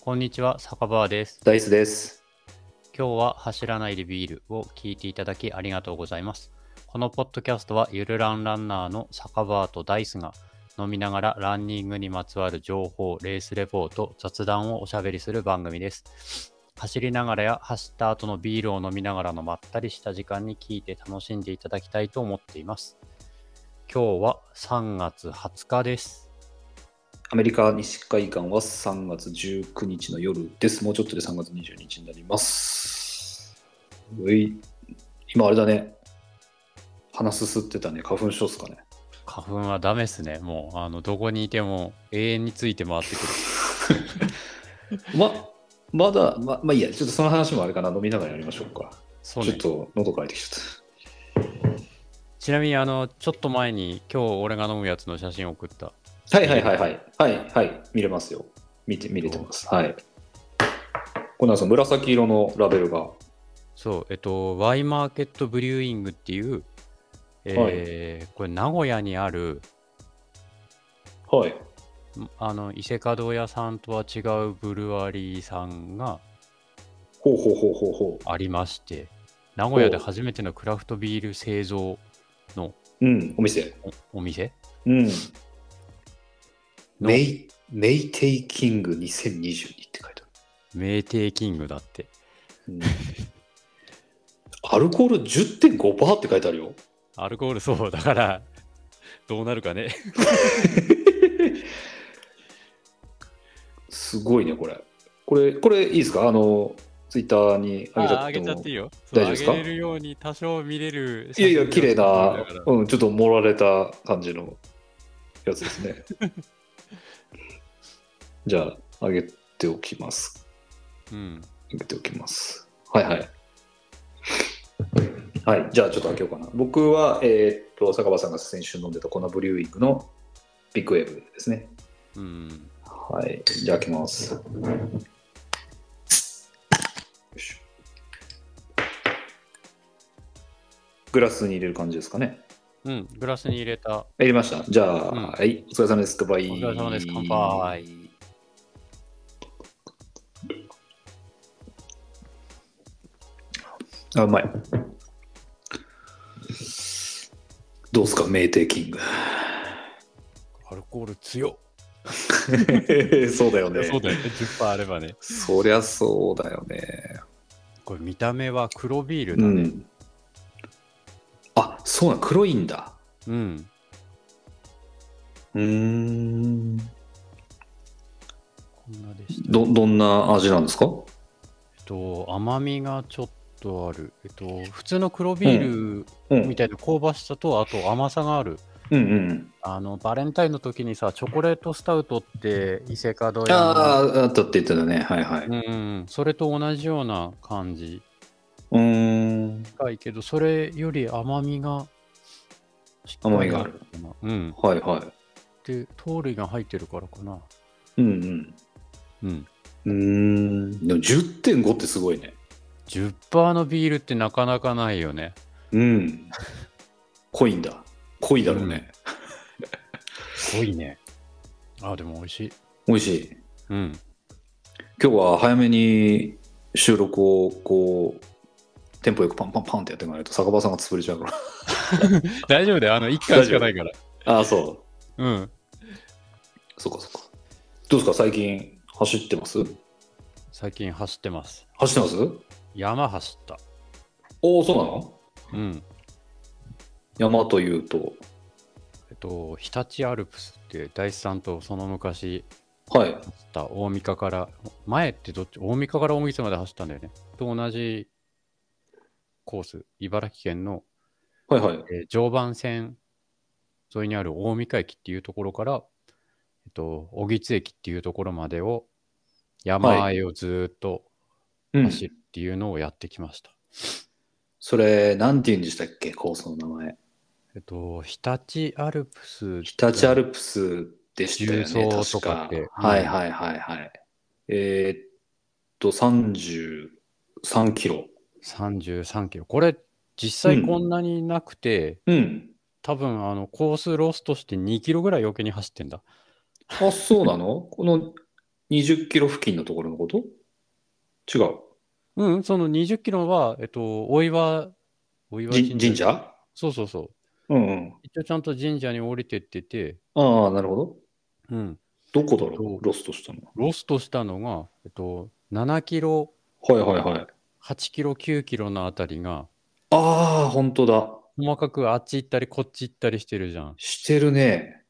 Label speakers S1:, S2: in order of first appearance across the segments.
S1: こんにちは、酒場です。
S2: ダイスです。
S1: 今日は走らないでビールを聞いていただきありがとうございます。このポッドキャストはゆるランランナーの酒場とダイスが飲みながらランニングにまつわる情報、レースレポート、雑談をおしゃべりする番組です。走りながらや走った後のビールを飲みながらのまったりした時間に聞いて楽しんでいただきたいと思っています。今日は3月20日です。
S2: アメリカ西海岸は3月19日の夜です。もうちょっとで3月20日になります。うい今あれだね。鼻すすってたね。花粉症っすかね。
S1: 花粉はダメですね。もう、あの、どこにいても永遠について回ってくる。
S2: ま、まだ、ま、まあいいや。ちょっとその話もあれかな。飲みながらやりましょうか。
S1: そう
S2: ちょ
S1: ね
S2: っ。と喉乾いてきちゃっ
S1: ちなみにあのちょっと前に今日俺が飲むやつの写真を送った
S2: た。はいはいはいはい。はいはい。見れますよ。見て、見れてます。はい。このなんですよ紫色のラベルが。
S1: そうえっとワイマーケットブリューイングっていう、えーこれ名古屋にある
S2: はい。
S1: あの伊勢門屋さんとは違うブルワリーさんが
S2: ほうほうほうほうほ
S1: ありまして名古屋で初めてのクラフトビール製造
S2: う。うん。お店。
S1: おお店
S2: うん。
S1: の
S2: メイ、メイテイキング2022って書いて
S1: 名帝キングだって
S2: ある。アルコール10.5%って書いてあるよ。
S1: アルコールそうだから どうなるかね
S2: すごいね、これ。これ、これいいですかあの、ツイッターに上げちゃ
S1: あ
S2: っ
S1: 上げ
S2: ても。
S1: ちゃっていいよ
S2: 大丈夫ですか
S1: そう上げれるように多少見れる
S2: いやいや、綺麗
S1: だ
S2: な
S1: から、
S2: うん、ちょっと盛られた感じのやつです ね。じゃあ、上げておきます。
S1: うん
S2: 上げておきます。はいはい。 はい、じゃあちょっと開けようかな。僕は、えーっと、坂場さんが先週飲んでたコナブリューイングのビッグウェーブですね。
S1: うん
S2: はい、じゃあ開けます。よいしょグラスに入れる感じですかね。
S1: うん、グラスに入れた。
S2: 入れました。じゃあ、
S1: うん
S2: はい、お疲れ様です。乾杯。
S1: お疲れ様です乾杯。
S2: あ、うまい。どうですか、名帝キング。
S1: アルコール強
S2: そうだよね。
S1: そうだよね。10%あればね。
S2: そりゃそうだよね。
S1: これ見た目は黒ビールだ
S2: う
S1: ね。
S2: ん。あ、そうなん、黒いんだ。
S1: うん。
S2: うーん。
S1: こんなでした。
S2: ど、どんな味なんですか
S1: えっと、甘みがちょっとある。えっと、普通の黒ビー
S2: う
S1: ルみ
S2: ん。
S1: たいな香ばしさと、あと甘さがある。
S2: うんうん。
S1: あの、バレンタインの時にさ、チョコレートスタウトって伊勢門屋の。
S2: ああ、あったって言ってたね。はいはい。
S1: う
S2: うん
S1: うん、それと同じような感じ。
S2: ーん。
S1: 深いけど、それより甘みが。
S2: 甘みがある。
S1: うん。
S2: はいは
S1: で、糖類が入ってるからかな。
S2: い。うん
S1: うん。
S2: うん。うーん。でも10.5ってすごいね。
S1: 10%のビールってなかなかないよね。
S2: うん。濃いんだ。濃いだろうね。
S1: すごいね。あ、でも美味しい。
S2: 美味しい。
S1: うん。
S2: 今日は早めに収録をこう、テンポよくパンパンパンってやっていかないと酒場さんが潰れちゃうから。
S1: 大丈夫だよ。あの、1
S2: 回しかない
S1: から。
S2: ああ、そう。
S1: うん。
S2: そうかそうか。どうですか最近走ってます
S1: 最近走ってます。
S2: 走ってます
S1: 山走った。
S2: おお、そうなの
S1: うん。
S2: 山というと。
S1: えっと、日立アルプスって大地さんとその昔
S2: はい。
S1: 走った大三日から、前ってどっち大三日から大三日まで走ったんだよね。と同じコース、茨城県の、
S2: はいはい。
S1: えー常磐線沿いにある大三日駅っていうところから、えっと、小木津駅っていうところまでを山あいをずーっと
S2: うん、
S1: 走るっていうのをやってきました。
S2: それ、なんて言うんでしたっけコースの名前。
S1: えっと、日立アルプス。
S2: 日立アルプスでしたよね。
S1: 重曹と
S2: 確
S1: かっ
S2: か
S1: て。
S2: は
S1: う
S2: い
S1: ん
S2: はいはいはい。えーっと、33キロ。
S1: 33キロ。これ、実際こんなになくて、
S2: うん。
S1: 多分あのコースロスとして2キロぐらい余計に走ってんだ。
S2: あ、そうなのこの20キロ付近のところのこと違う。
S1: うん、その20キロは、えっと、お岩、お岩
S2: じ神社
S1: そうそうそう。
S2: うんうん。
S1: 一応ちゃんと神社に降りてってて、
S2: ああ、なるほど。
S1: うん、
S2: どこだ
S1: ど
S2: ろうロストしたの。
S1: ロストしたのが、えっと、7キロ、
S2: はいはいはい。
S1: 8キロ、9キロのあたりが、
S2: ああ、本当だ。
S1: 細かくあっち行ったりこっち行ったりしてるじゃん。
S2: してるね。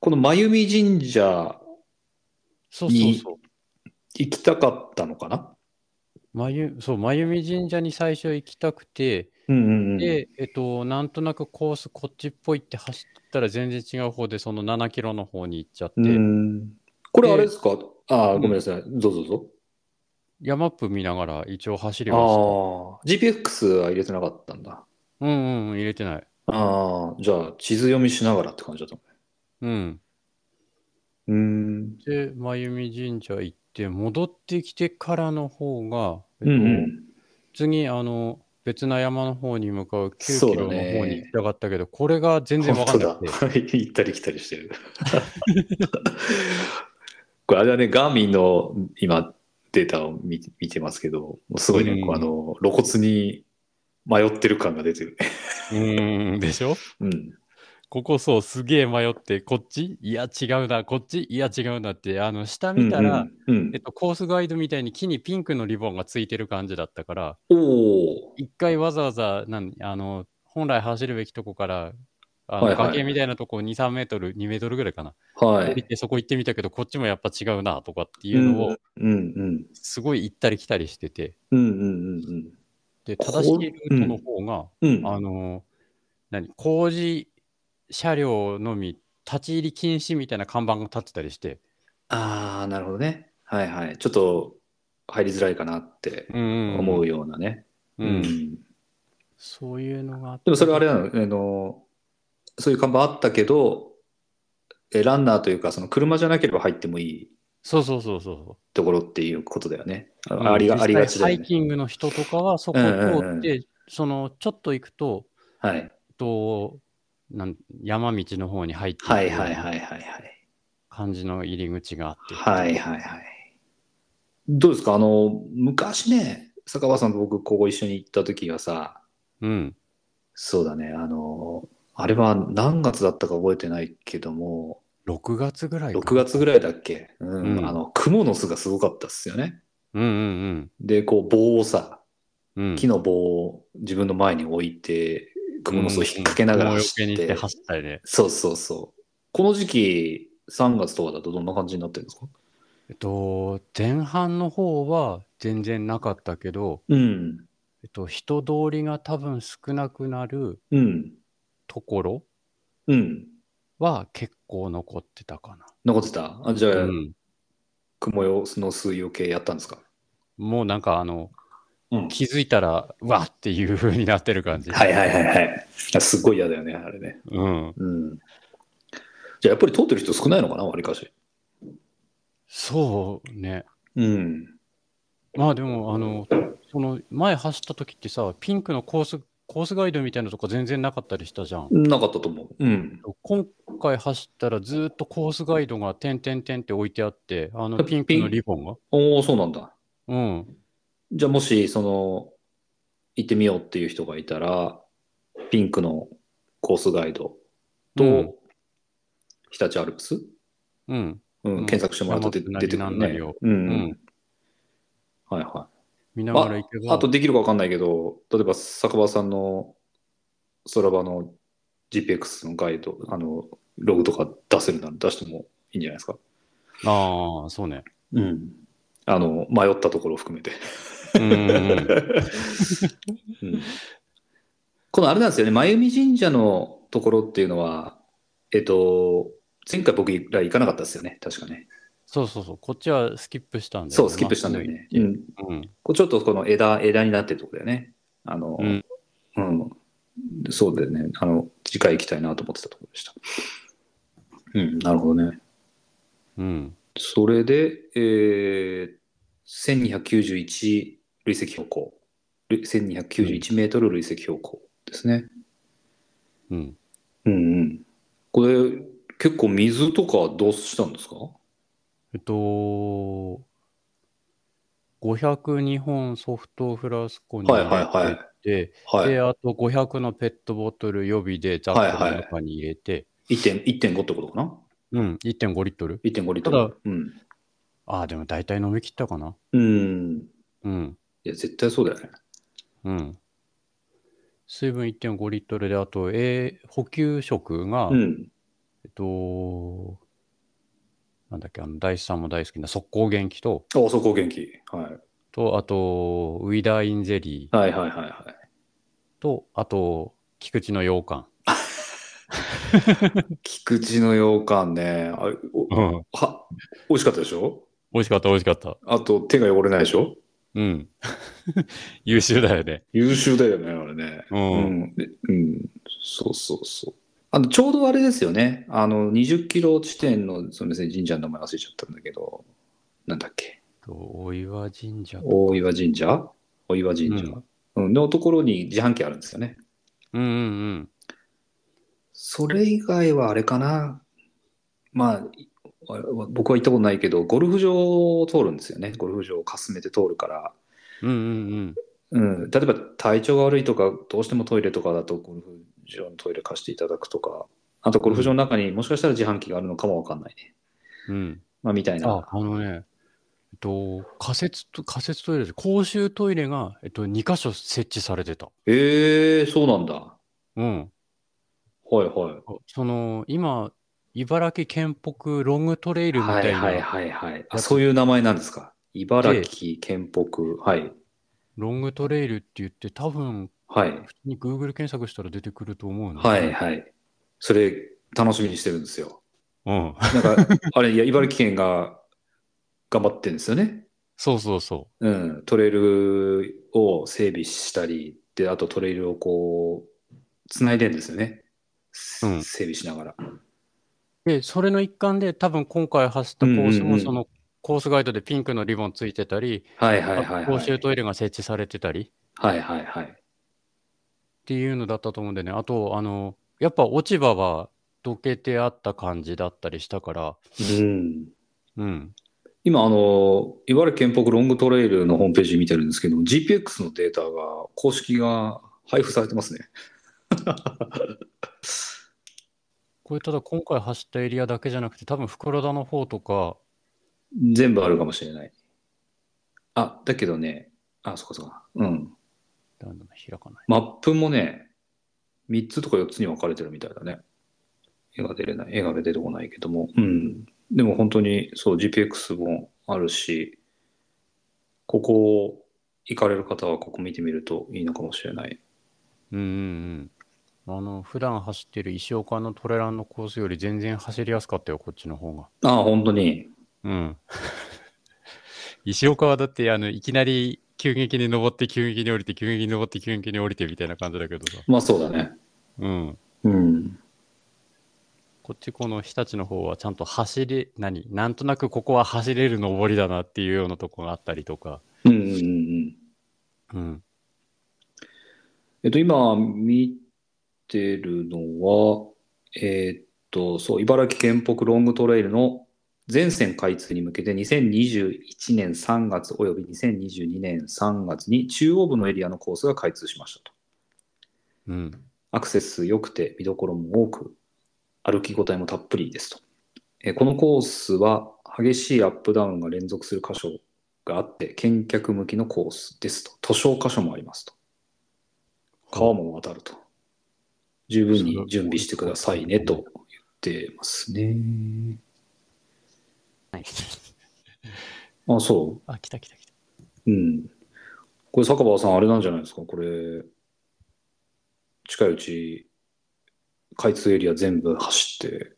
S2: この真由美神社
S1: そうそう
S2: に
S1: そう。
S2: 行きたかったのかな
S1: まゆそう、真由美神社に最初行きたくて、
S2: うんうんうん。
S1: で、えっと、なんとなくコースこっちっぽいって走ったら全然違う方で、その7キロの方に行っちゃって、
S2: うん、これあれですかああ、
S1: うん
S2: ごめんなさい。どうぞどうぞ。
S1: 山っぷ見ながら一応走りはし
S2: ああ、GPX は入れてなかったんだ。
S1: た。うんうんうん、入れてない。
S2: ああ、じゃあ地図読みしながらって感じだったのね。
S1: うん。
S2: うーん。
S1: で、真由美神社行って、戻ってきてからの方が、えっと
S2: うんうん。
S1: 次、あの、別な山の方に向かう9
S2: そう
S1: キロ
S2: だ
S1: の
S2: ね
S1: 方に行きたかったけど、これが全然わかんな
S2: 本
S1: くて。
S2: 当だ。行ったり来たりしてる。 これあれはね、ガーミンの今データを見て見てますけど、もうすごいね、
S1: うん
S2: こうあの露骨に迷ってる感が出てるね。
S1: うん、でしょ
S2: うん。
S1: ここそう、すげえ迷って、こっちいや、違うな、こっちいや、違うなって、あの、下見たら、
S2: うん
S1: えっと、コースガイドみたいに木にピンクのリボンがついてる感じだったから、
S2: うんうん、おお。
S1: 一回わざわざ、なんあの、本来走るべきとこから、あ
S2: はい
S1: の
S2: はい
S1: 崖みたいなとこ2、3メートル、2メートルぐらいかな。
S2: は
S1: 降り
S2: い。
S1: てそこ行ってみたけど、こっちもやっぱ違うなとかっていうのを、
S2: うんうん
S1: すごい行ったり来たりしてて、
S2: うんうんうんうん
S1: で、
S2: こう
S1: 正しいルートの方が、
S2: うんうん。
S1: あの、何、工事車両のみ、立ち入り禁止みたいな看板が立ってたりして、
S2: ああ、なるほどね。はいはい。ちょっと入りづらいかなって思うようなね。
S1: うん。
S2: うん
S1: そういうのがあって
S2: でもそれはあれなの、あの、そういう看板あったけど、えランナーというか、その車じゃなければ入ってもいい
S1: そうそうそうそ
S2: ところっていうことだよね。あ
S1: う。
S2: あり
S1: うん
S2: がありが
S1: 実
S2: ち
S1: 際
S2: だ
S1: ハ
S2: よ
S1: イ
S2: ね。
S1: キングの人とかはそこを
S2: うんうん
S1: 通
S2: う
S1: っ
S2: ん
S1: て、その、ちょっと行くと、
S2: はい。
S1: と、なん山道の方に入っていく
S2: はいはいはいはいはい。
S1: 感じの入り口があって。
S2: はいはいはい。どうですかあの、昔ね、坂場さんと僕、ここ一緒に行った時はさ、
S1: うん。
S2: そうだね、あの、あれは何月だったか覚えてないけども、
S1: 6月ぐらいか。
S2: 6月ぐらいだっけ、うん
S1: うん
S2: あの、蜘蛛の巣がすごかったっすよね。
S1: うんうん
S2: で、こう、棒をさ、
S1: うん。うん、
S2: 木の棒を自分の前に置いて、蜘蛛の巣を引っ掛けながら走
S1: うん
S2: っ
S1: うん、雲よけにして
S2: て、
S1: 走ったりね。
S2: そうそうそう。この時期、3月とかだとどんな感じになってるんですか
S1: えっと、前半の方は全然なかったけど、
S2: うん。
S1: えっと、人通りが多分少なくなる
S2: うん。
S1: ところ
S2: うん。
S1: は結構残ってたか
S2: 残ってたあじゃあ
S1: な。、うん。
S2: 雲よの巣よけやったんですか
S1: もうなんかあの、
S2: うん
S1: 気づいたら、うわっていう風になってる感じ。
S2: はいはいはいはい。あすっごい嫌だよね、あれね。
S1: うん。
S2: うん。じゃあ、やっぱり通ってる人少ないのかな、わりかし。
S1: そうね。
S2: うん。
S1: まあでも、あの、その前走った時ってさ、ピンクのコース、コースガイドみたいなとこ全然なかったりしたじゃん。
S2: なかったと思う。うん。
S1: 今回走ったらずっとコースガイドが点々点って置いてあって、あのピンクのリボンが。
S2: おおそうなんだ。
S1: うん。
S2: じゃあもし、その、行ってみようっていう人がいたら、ピンクのコースガイドと、
S1: うん
S2: 日立アルプス、
S1: うん。
S2: うん
S1: うん
S2: 検索してもらうと出
S1: 山な
S2: 出
S1: り
S2: てく
S1: な
S2: る
S1: んなり
S2: ね
S1: を。
S2: うんうん
S1: うん
S2: はいは。
S1: 見ないがら行けば。
S2: ああとできるかわかんないけど、例えば坂場さんの空場の GPX のガイド、あの、ログとか出せるなら出してもいいんじゃないですか。
S1: ああ、そうね。
S2: うん。あの、迷ったところを含めて。
S1: うんうん うん。
S2: うんこのあれなんですよね、真由美神社のところっていうのは、えっと、前回僕ら行かなかったですよね、確かね。
S1: そうそうそう。こっちはスキップしたんだよね
S2: そう、スキップしたんだよね。うん、
S1: うん。
S2: こうちょっとこの枝、枝になってるとこだよね。あの、
S1: う
S2: うんん、そうだよね。あの、次回行きたいなと思ってたところでした。うん、なるほどね。
S1: うん。
S2: それで、えー、1291累積標高。累1291メートル累積標高ですね。
S1: うん。
S2: うんうん。これ、結構水とかどうしたんですか
S1: えっと、500日本ソフトフラスコに
S2: はい
S1: 入れて
S2: はいは
S1: で
S2: いはい。
S1: あと500のペットボトル予備でザックの中に入れて、
S2: 1.5 1.5ってことかな
S1: うん、1.5リットル。
S2: ?1.5リット
S1: ただ
S2: ル。うん。
S1: ああ、でも大体飲み切ったかな。
S2: うん。
S1: うん、
S2: いや、絶対そうだよね。
S1: うん。水分1.5リットルで、あと、えー補給食が、
S2: うん。
S1: えっと、なんだっけ、あの、大師さんも大好きな速攻元気と、
S2: あ、そこ元気。はい。
S1: と、あと、ウィダーインゼリー
S2: はいはいはいはい。
S1: と、あと、菊池の羊羹。
S2: 菊池の羊羹ね。あお
S1: うん。
S2: は美味しかったでしょ
S1: 美味しかった、美味しかった。
S2: あと、手が汚れないでしょ
S1: うん。 優秀だよね。
S2: 優秀だよね、あれね。
S1: う。
S2: うんん。でうん。そうそうそう。あのちょうどあれですよね。あの、20キロ地点の、その別に神社の名前忘れちゃったんだけど、なんだっけ。
S1: と、お岩神社。
S2: 大岩神社大岩神社、うん、のところに自販機あるんですよね。
S1: うんうん
S2: それ以外はあれかな。まあ、わわ僕は行ったことないけど、ゴルフ場を通るんですよね。ゴルフ場をかすめて通るから。
S1: うん。うんうんうん。
S2: うん、例えば体調が悪いとか、どうしてもトイレとかだとゴルフ場のトイレ貸していただくとか、あとゴルフ場の中にもしかしたら自販機があるのかもわかんないね。
S1: うん。
S2: まあ、みたい
S1: あ
S2: な。、
S1: あのね、えっと、仮設と、仮設トイレです。公衆トイレが、えっと、2箇所設置されてた。
S2: ええそうなんだ。は
S1: うん。
S2: いは
S1: その、今、茨城県北ロングトレイ
S2: い。
S1: ルみ
S2: は
S1: た
S2: い
S1: い
S2: はい
S1: な、
S2: はいはい。あ、そういう名前なんですか。茨城県北。はい。
S1: ロングトレイルって言って、多分、
S2: はい。
S1: 普通に Google 検索したら出てくると思うので。
S2: はいはい。それ、楽しみにしてるんですよ。
S1: うん。
S2: なんか、あれ、いや、茨城県が頑張ってるんですよね。
S1: そうそうそ
S2: うん、トレイルを整備したり、で、あとトレイルをこう、つないでんですよね。
S1: うん
S2: 整備しながら。
S1: う。で、それの一環で、多分今回走ったコース
S2: うんうんう
S1: も、
S2: ん
S1: その、コースガイドでピンクのリボンついてたり、
S2: はいはいはい、はい。
S1: 公衆トイレが設置されてたりっ
S2: はいはいはい。
S1: ていうのだったと思うんでね。あと、あの、やっぱ落ち葉はどけてあった感じだったりしたから、
S2: うん。
S1: うん。
S2: 今、あの、茨城県北ロングトレイルのホームページ見てるんですけど、GPX のデータが、公式が配布されてますね。
S1: これただ今回走ったエリアだけじゃなくて、多分袋田の方とか、
S2: 全部あるかもしれない。あ、だけどね、あ、そっかそっか。うん。
S1: なんだろう開かない。
S2: マップもね、3つとか4つに分かれてるみたいだね。絵が出れない、絵が出てこないけども。うん。でも本当に、そう、GPX もあるし、ここを行かれる方はここ見てみるといいのかもしれない。
S1: うんうんうん。あの、普段走ってる石岡のトレランのコースより全然走りやすかったよ、こっちの方が。
S2: ああ、本当に。
S1: うん。 石岡はだって、あの、いきなり急激に登って、急激に降りて、急激に登って、急激に降りてみたいな感じだけどさ。
S2: まあそうだね。
S1: うん。
S2: うん。
S1: こっちこの日立の方はちゃんと走れ、何なんとなくここは走れる登りだなっていうようなとこがあったりとか。
S2: うんうんうんうん。
S1: うん。
S2: えっと、今見てるのは、えーっと、そう、茨城県北ロングトレイルの全線開通に向けて2021年3月および2022年3月に中央部のエリアのコースが開通しましたと。
S1: うん。
S2: アクセス良くて見どころも多く、歩き応えもたっぷりですと。えーこのコースは激しいアップダウンが連続する箇所があって、見客向きのコースですと。図書箇所もありますと。川も渡ると。十分に準備してくださいねと言ってますね。
S1: はい。
S2: あ、そ
S1: あ、来た来た来た。
S2: う。うん。これ、坂場さん、あれなんじゃないですか。これ、近いうち、開通エリア全部走って、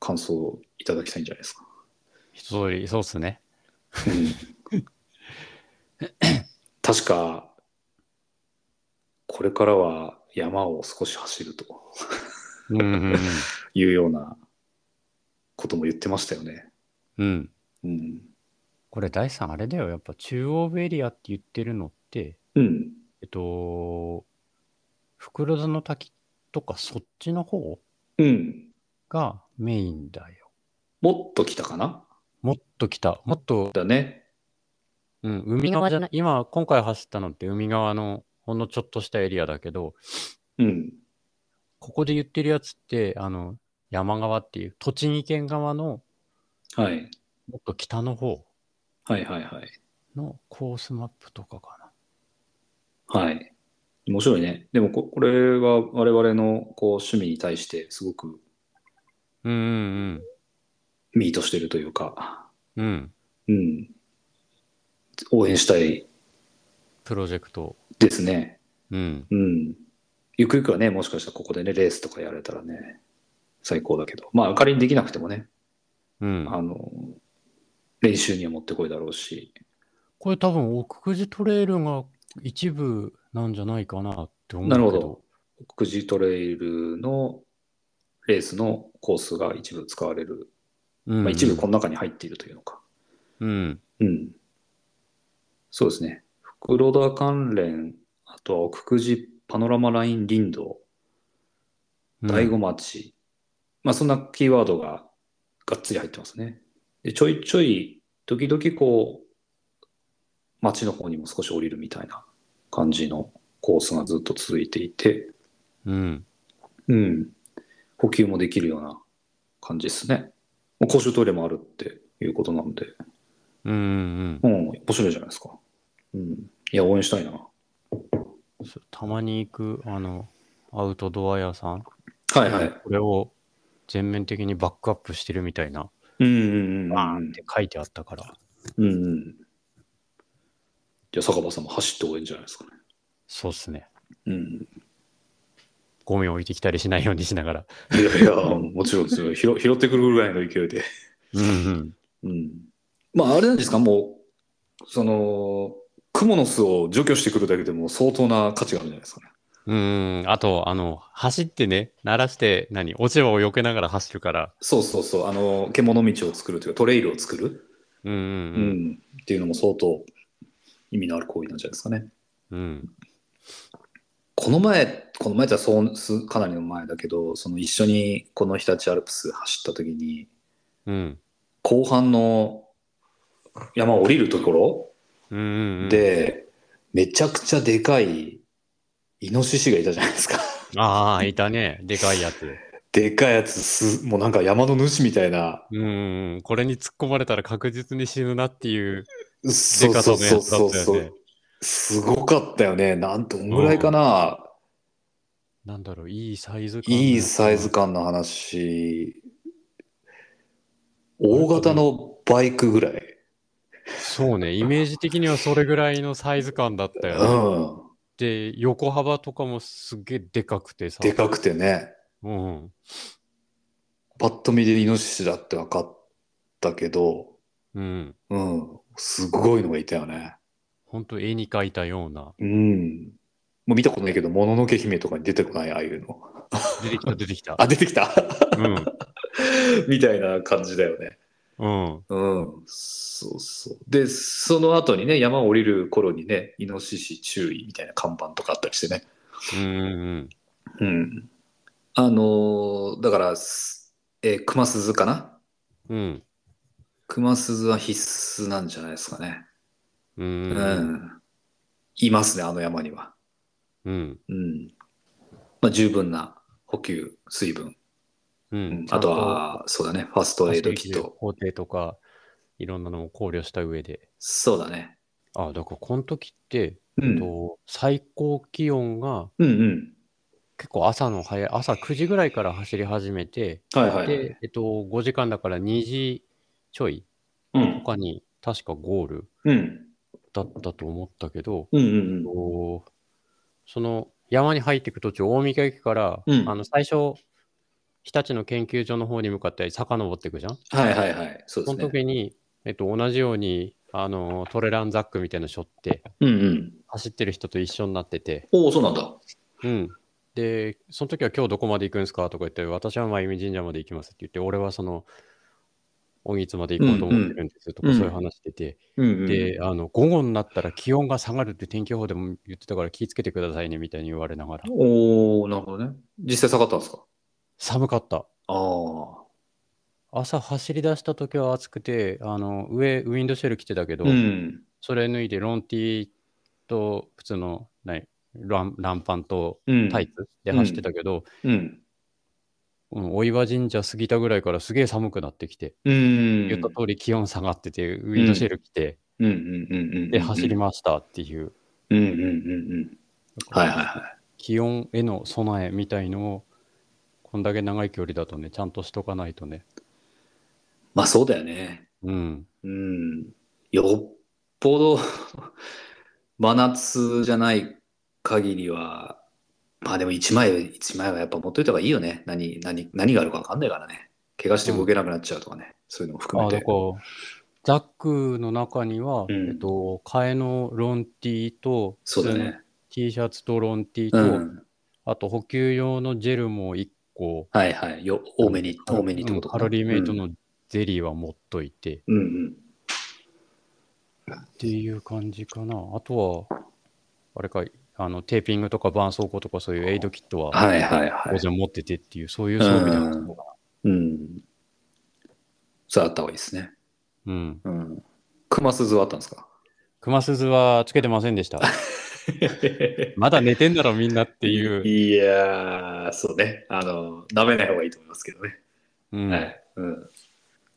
S2: 感想いただきたいんじゃないですか。
S1: 一通り、そうっす ね。
S2: うん確か、これからは山を少し走ると
S1: うんうんうん。
S2: いうようなことも言ってましたよね。
S1: うん。
S2: うん。
S1: これ、第3、あれだよ。やっぱ中央部エリアって言ってるのって、
S2: うん。
S1: えっと、袋田の滝とかそっちの方
S2: うん。
S1: がメインだよ。
S2: もっと来たかな
S1: もっと来た。もっと、
S2: だね。
S1: うん、海側じゃない。今、今回走ったのって海側のほんのちょっとしたエリアだけど、
S2: うん。
S1: ここで言ってるやつって、あの、山側っていう、栃木県側の
S2: はい。
S1: もっと北の方
S2: はいはいはい。
S1: のコースマップとかかな。
S2: はい。面白いね。でもこ、これは我々のこう趣味に対してすごく
S1: うんうん
S2: ミートしてるというか、
S1: うん。うん。
S2: うん。応援したい
S1: プロジェクト。
S2: ですね。
S1: うん。
S2: うん。ゆくゆくはね、もしかしたらここでね、レースとかやれたらね、最高だけど。まあ、仮にできなくてもね、
S1: うん。
S2: あの、練習には持ってこいだろうし、
S1: これ多分、奥久慈トレイルが一部なんじゃないかなって思うけど。
S2: なるほど。奥久慈トレイルのレースのコースが一部使われる。
S1: うん、
S2: まあ、一部この中に入っているというのか。
S1: うん。
S2: うん。そうですね。袋田関連、あとは奥久慈パノラマライン林道、
S1: うん
S2: 醍醐町。まあそんなキーワードががっつり入ってますね。で、ちょいちょい、時々こう、町の方にも少し降りるみたいな感じのコースがずっと続いていて、
S1: うん。
S2: うん。補給もできるような感じですね。もう公衆トイレもあるっていうことなので、
S1: うんうん
S2: うん、面白いじゃないですか。うん。いや、応援したいな。
S1: うん。そうたまに行く、あの、アウトドア屋さん。
S2: はいはい。
S1: これを全面的にバックアップしてるみたいな、
S2: うんうんうん。
S1: バーンって書いてあったから。
S2: うんうん。じゃあ、坂場さんも走って応援じゃないですかね。
S1: そうっすね。
S2: うん。
S1: ゴミ置いてきたりしないようにしながら。
S2: いやいや、もちろんですよ。拾拾ってくるぐらいの勢いで。
S1: うん
S2: うん。まあ、あれなんですか、もう、その、クモの巣を除去してくるだけでも相当な価値があるじゃないですかね。
S1: うん。うん。あと、あの、走ってね、鳴らして、何、落ち葉を避けながら走るから。
S2: そうそうそう、あの、獣道を作るというか、トレイルを作る、
S1: うん
S2: う
S1: うん
S2: ん、っていうのも相当意味のある行為なんじゃないですかね。
S1: うん。うん。
S2: この前、この前じゃそうすかなりの前だけど、その一緒にこの日立アルプス走った時に、
S1: うん。
S2: 後半の山を降りるところ
S1: うんうんうん、
S2: で、めちゃくちゃでかいイノシシがいたじゃないですか。
S1: ああ、いたね。でかいやつ。
S2: でかいやつす、もうなんか山の主みたいな。
S1: うんうんうん。これに突っ込まれたら確実に死ぬなっていう。
S2: そうそうそうそう
S1: でかさ
S2: そ
S1: のやつだった
S2: う、
S1: よね
S2: すごかったよね。なんどんぐらいかな。
S1: なんだろう、いいサイズ感。
S2: いいサイズ。感の話。大型のバイクぐらい。
S1: そうね、イメージ的にはそれぐらいのサイズ感だった
S2: う
S1: よね。
S2: ん。
S1: で、横幅とかもすげえでかくてさ。
S2: でかくてね。
S1: うん。
S2: パッと見でイノシシだって分かったけど、
S1: うん。
S2: うん。すごいのがいたよね。
S1: ほんと絵に描いたような。
S2: うん。もう見たことないけど、もののけ姫とかに出てこない、ああいうの。
S1: 出てきた、出てきた。
S2: あ、出てきた
S1: うん。
S2: みたいな感じだよね。
S1: うん。
S2: うん。そうそう。で、その後にね、山を降りる頃にね、イノシシ注意みたいな看板とかあったりしてね。
S1: うんうん
S2: うん。あのーだから、すえー熊鈴かな
S1: うん。うん。
S2: 熊鈴は必須なんじゃないですかね。
S1: う
S2: うんん。
S1: うん
S2: いますね、あの山には。
S1: うん
S2: うん。まあ、十分な補給、水分。
S1: う
S2: うんん、あとは、そうだね、ファーストエイドキット。
S1: 工程とかいろんなのも考慮した上で
S2: そうだね。
S1: あだからこの時って、
S2: う
S1: えっ
S2: ん。うん
S1: と最高気温が
S2: うん。
S1: 結構朝の早い朝9時ぐらいから走り始めて、
S2: はいはいはい。
S1: で、えっと、5時間だから2時ちょい
S2: うん。
S1: 他に確かゴール
S2: うん。
S1: だったと思ったけど、
S2: うんうんうん。
S1: こうその山に入っていく途中、大三駅から、
S2: うん
S1: あの最初、日立の研究所の方に向かって遡っていくじゃん。
S2: はいはいはい。そう
S1: そ
S2: です
S1: の
S2: ね。
S1: 時に、えっと、同じようにあのトレランザックみたいなの背負って、
S2: うんうん。
S1: 走ってる人と一緒になってて、
S2: おお、そうなんだ。
S1: うん。で、その時は今日どこまで行くんですかとか言って、私は真由美神社まで行きますって言って、俺はその、音律まで行こうと思ってるんですとか、
S2: うんうん
S1: そういう話してて、
S2: うんうん。
S1: で、あの、午後になったら気温が下がるって天気予報でも言ってたから気をつけてくださいねみたいに言われながら、
S2: おおなるほどね。実際下がったんですか
S1: 寒かった。
S2: ああ。
S1: 朝走り出した時は暑くて、あの、上、ウィンドシェル着てたけど、
S2: うん。
S1: それ脱いでロンティーと普通の、ない、ランランパンと
S2: うん。
S1: タイツで走ってたけど、
S2: うん。
S1: うん、お岩神社過ぎたぐらいからすげえ寒くなってきて、
S2: うん。
S1: 言った通り気温下がってて、ウィンドシェル着て、
S2: うんうんうんうん。
S1: で、走りましたっていう、
S2: うんうんうんうん。はいはいは
S1: 気温への備えみたいのを、こんだけ長い距離だとね、ちゃんとしとかないとね。
S2: い。まあそうだよね。
S1: うん。
S2: うん。よっぽど 真夏じゃない限りは、まあでも1枚、一枚はやっぱ持っといた方がいいよね。何、何、何があるか分かんないからね。怪我して動けなくなっちゃうとかね。そういうのも含
S1: あ、
S2: め
S1: だ
S2: て
S1: か。ら、ザックの中には、
S2: うん
S1: えっと、替えのロンティーと、
S2: そうだね。
S1: T シャツとロンティー
S2: う
S1: と、
S2: ん。
S1: あと補給用のジェルも1個、
S2: はいはい。よ、多めに、多めにってこと
S1: うん
S2: か
S1: カ
S2: な
S1: ロリーメイトのゼリーは持っといて、
S2: うんうん。
S1: っていう感じかな。あとは、あれか、あのテーピングとか絆創膏とかそういうエイドキットは
S2: はいはいは
S1: 当
S2: い。
S1: 然持っててっていう、そういう装備だったのか
S2: うん。それあった方がいいですね。
S1: な。うん。
S2: うん。熊鈴はあったんですか
S1: 熊鈴はつけてませんで した。まだ寝てんだろ、みんなっていう。
S2: いやー、そうね。あの、舐めない方がいいと思いますけどね。
S1: うん
S2: はい。うん。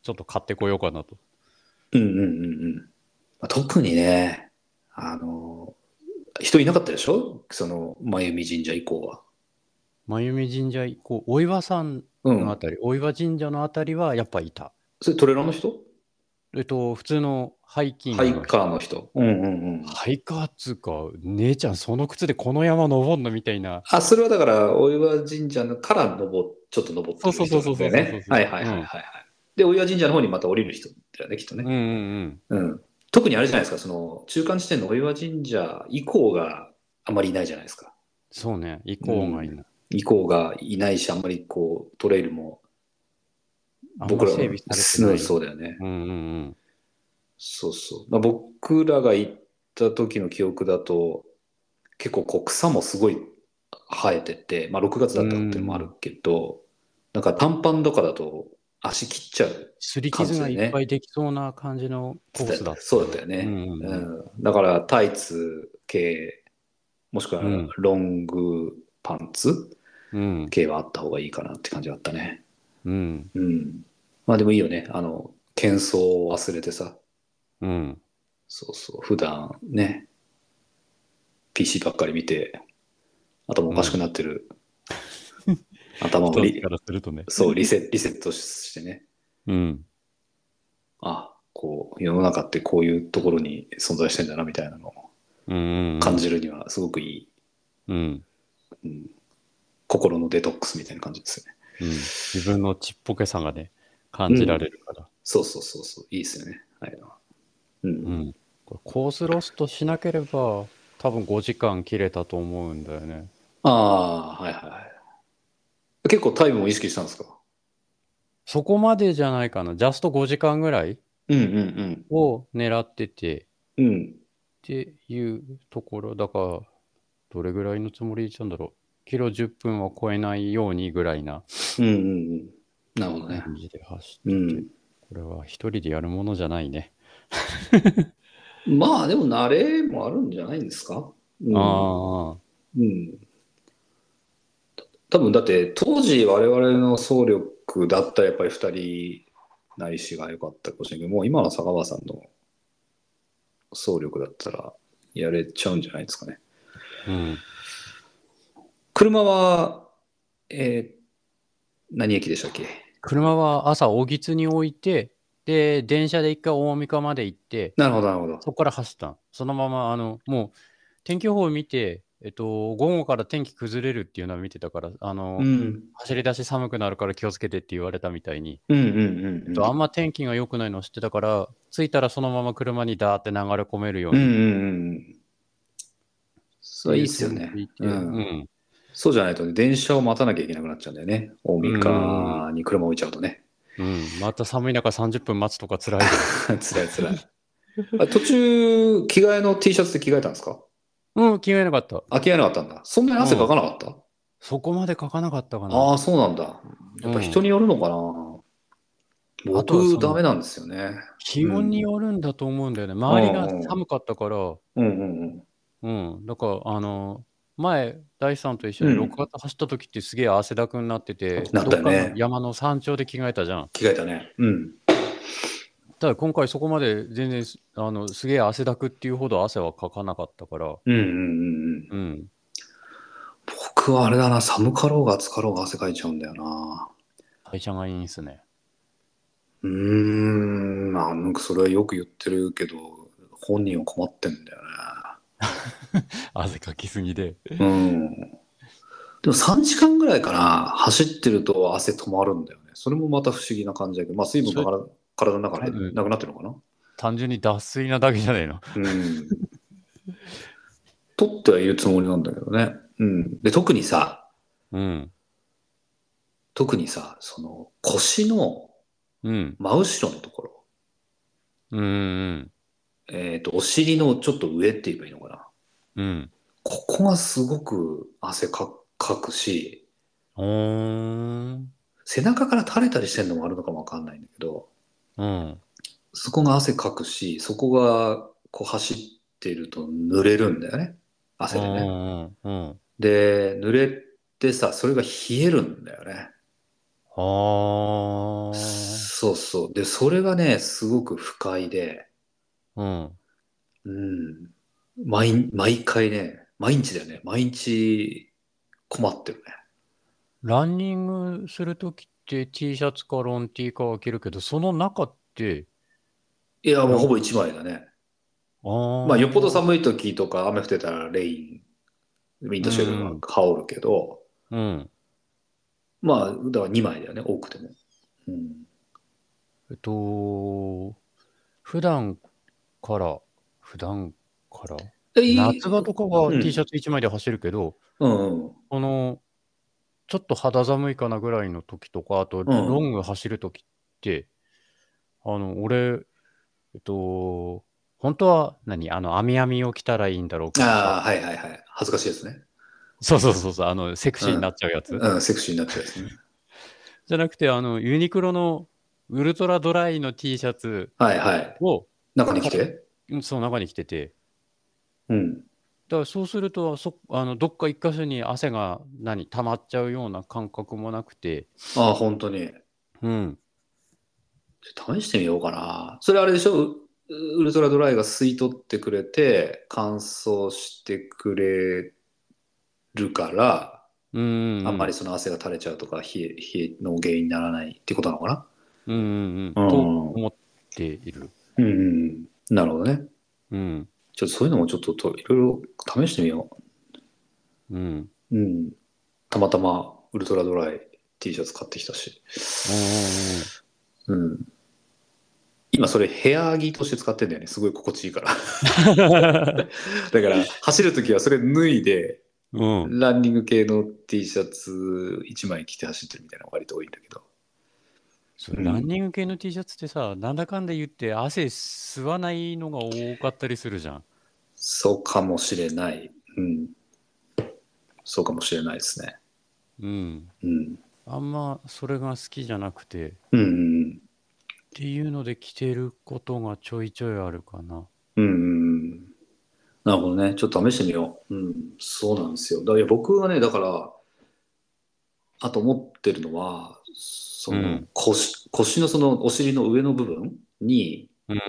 S1: ちょっと買ってこようかなと。
S2: うんうんうんうん。まあ特にね、あの、人いなかったでしょその、真由美神社以降は。
S1: 真由美神社以降、お岩さん
S2: う
S1: のあ
S2: ん。
S1: たり、お岩神社のあたりはやっぱいた。
S2: それトレラーの人
S1: えっと、普通のハイキング
S2: ハイ
S1: の人。
S2: カーの人。うんうんうん。
S1: ハイカーっつうか、姉ちゃん、その靴でこの山登んのみたいな。
S2: あ、それはだから、お岩神社のから登っ、ちょっと登ってる人
S1: そうそうそうそう
S2: だよね。
S1: そうそうそう
S2: はいはいはいはいはい。で、お岩神社の方にまた降りる人だよね、きっとね
S1: うん。うん
S2: うん、特にあれじゃないですか、その中間地点のお岩神社以降があまりいないじゃないですか。
S1: そうね、以降がいいな。
S2: 以降がいないし、あんまりこうトレイルも
S1: あんま
S2: 僕ら
S1: 整
S2: は
S1: 備されてない。
S2: うんそうだよね。
S1: うんうんうん。
S2: そうそう。まあ、僕らが行った時の記憶だと、結構こう草もすごい生えてて、まあ、6月だったっていうのもあるけど、なんか短パンとかだと足切っちゃう
S1: すり傷がいっぱいできそうな感じのコースだった。
S2: そうだったよね。
S1: うんうんう
S2: うんんだからタイツ系、もしくは
S1: うん
S2: ロングパンツ
S1: うん。
S2: 系はあった方がいいかなって感じだったね。
S1: うん。
S2: うん。まあでもいいよね。あの、喧騒を忘れてさ、
S1: うん。
S2: そうそう、普段ね、PC ばっかり見て、頭おかしくなってる、頭を
S1: 人
S2: リ
S1: からするとね。
S2: そうリセリセットしてね、
S1: うん。
S2: あこう、世の中ってこういうところに存在してんだなみたいなのを
S1: うんうん。
S2: 感じるにはすごくいい。
S1: うん。うん。
S2: うん心のデトックスみたいな感じですよね。
S1: 自分のちっぽけさがね、感じられるから。
S2: そうそうそうそう、いいですよね。はい。う。
S1: うんん。これコースロストしなければ、多分5時間切れたと思うんだよね。
S2: ああ、はいはいはい。結構タイムを意識したんですか
S1: そこまでじゃないかな。ジャスト5時間ぐらい
S2: うんうん
S1: を狙ってて、
S2: うん。うん。
S1: っていうところだからどれぐらいのつもりでいたんだろうキロ10分は超えないようにぐらいな
S2: うんうんうん。なるほどね。
S1: 感じで走って、
S2: うん。
S1: これは一人でやるものじゃないね、
S2: まあでも慣れもあるんじゃないんですか、うん、
S1: ああ
S2: うん。た多分だって当時我々の総力だったらやっぱり2人ないしが良かったかもしれないけど、もう今の坂川さんの総力だったらやれちゃうんじゃないですかね。
S1: うん
S2: 車は、えー何駅でしたっけ
S1: 車は朝小木津に置いてで電車で一回大三河まで行って
S2: なるほど、なるほど。
S1: そこから走ったんそのままあのもう天気予報を見てえっと、午後から天気崩れるっていうのは見てたから、あの、
S2: うん。
S1: 走り出し寒くなるから気をつけてって言われたみたいに、
S2: うんうんうんうん。
S1: あんま天気が良くないのを知ってたから、着いたらそのまま車にダーって流れ込めるよう
S2: うんう
S1: に。
S2: んうん。それいいっすよね。
S1: う
S2: うん
S1: ん。
S2: そうじゃないとね、電車を待たなきゃいけなくなっちゃうんだよね。大三河に車置いちゃうとね。
S1: うん。また寒い中30分待つとか辛い。
S2: つらいつらい。あ途中、着替えの T シャツで着替えたんですか
S1: うん、着替えなかった。
S2: あ、着替えなかったんだ。そんなに汗かかなかった、
S1: そこまで書かなかったかな。
S2: ああ、そうなんだ。やっぱ人によるのかな。
S1: あとはその
S2: 僕、ダメなんですよね。
S1: 気温によるんだと思うんだよね。周りが寒かったから、
S2: うんうんうん。
S1: うん。だから、あの、前、大地さんと一緒に
S2: うん
S1: 6月走った時ってすげえ汗だくになってて、
S2: なったよね
S1: どっかの山の山頂で着替えたじゃん。
S2: 着替えたね。うん。
S1: ただ今回そこまで全然すあのすげえ汗だくっていうほど汗はかかなかったから、
S2: うんうんうんうん。
S1: うん。
S2: 僕はあれだな、寒かろうが暑かろうが汗かいちゃうんだよな。
S1: 代謝がいいんですね。
S2: うーん、まあ、なんかそれはよく言ってるけど、本人は困ってんだよ
S1: 汗かきすぎで。
S2: ね。うん。でも3時間ぐらいかな、走ってると汗止まるんだよね。それもまた不思議な感じだけど、まあ、水分がから体の中で
S1: うん
S2: なくなってるのかな。
S1: 単純に脱水なだけじゃないの。
S2: うん。 取ってはいるつもりなんだけどね。うん。で、特にさ、
S1: うん。
S2: 特にさ、その腰の
S1: うん。
S2: 真後ろのところ。
S1: うんうん。
S2: えっ、と、お尻のちょっと上って言えばいいのか
S1: う
S2: な。
S1: ん。
S2: ここがすごく汗かかくし、
S1: おーん。
S2: 背中から垂れたりしてるのもあるのかもわかんないんだけど、
S1: うん。
S2: そこが汗かくし、そこがこう走ってると濡れるんだよね。汗で
S1: う
S2: ね。
S1: んうんうん。
S2: で、濡れてさ、それが冷えるんだよね。
S1: あー。
S2: そうそう。で、それがね、すごく不快で、
S1: うん。
S2: うん。毎、毎回ね、毎日だよね。毎日困ってるね。
S1: ランニングするときって T シャツかロン T かは着るけど、その中って、
S2: いや、もうほぼ一枚だね。
S1: あー
S2: まあ、よっぽど寒い時とか雨降ってたらレイン、ウィンドシェルドが羽織るけど、
S1: うん。
S2: まあ、だから2枚だよね、多くても。うん。
S1: えっと、普段から、普段から、
S2: えいい
S1: 夏場とかは
S2: うん
S1: T シャツ1枚で走るけど、
S2: うんうん。
S1: この、ちょっと肌寒いかなぐらいの時とか、あと、ロング走る時って、あの、俺、えっと、本当は何、あの、網網を着たらいいんだろうけど
S2: ああ、
S1: さ、
S2: はいはいはい。恥ずかしいですね。
S1: そうそうそうそう、あの、セクシーになっちゃうやつ。
S2: うん、セクシーになってるや つね。
S1: じゃなくて、あの、ユニクロのウルトラドライの T シャツ
S2: はいはい。
S1: を、
S2: 中に来て。
S1: うんその中に着てて、
S2: うん。
S1: だからそうすると、そあのどっか一箇所に汗が何溜まっちゃうような感覚もなくて、
S2: ああ、本当に。
S1: うん、
S2: 試してみようかな。それあれでしょうウルトラドライが吸い取ってくれて、乾燥してくれるから、
S1: うんうんうん、
S2: あんまりその汗が垂れちゃうとか、冷え、冷えの原因にならないってことなのかな
S1: うんうんうん、
S2: うん
S1: と思っている。
S2: うんうんうん。なるほどね。
S1: うん
S2: ちょっとそういうのもちょっとといろいろ試してみよ
S1: うんうん
S2: う。うん。たまたまウルトラドライ T シャツ買ってきたし。うん。今それ部屋着として使ってんだよね。すごい心地いい から。だから走るときはそれ脱い
S1: うんうんう
S2: で、
S1: ん
S2: ランニング系の T シャツ1枚着て走ってるみたいなのが割と多いんだけど。
S1: そうランニング系の T シャツってさ、なんだかんだ言って汗吸わないのが多かったりするじゃん。
S2: そうかもしれない。うん。そうかもしれないですね。
S1: うん、
S2: うん。
S1: あんまそれが好きじゃなくて、っ
S2: うんうん
S1: ていうので着てることがちょいちょいあるかな。
S2: うん。うんうんうん。なるほどね。ちょっと試してみよう。うん。そうなんですよ。だいや僕はね、だから、あと思ってるのは、その、
S1: うん
S2: 腰、腰のそのお尻の上の部分に、
S1: うんう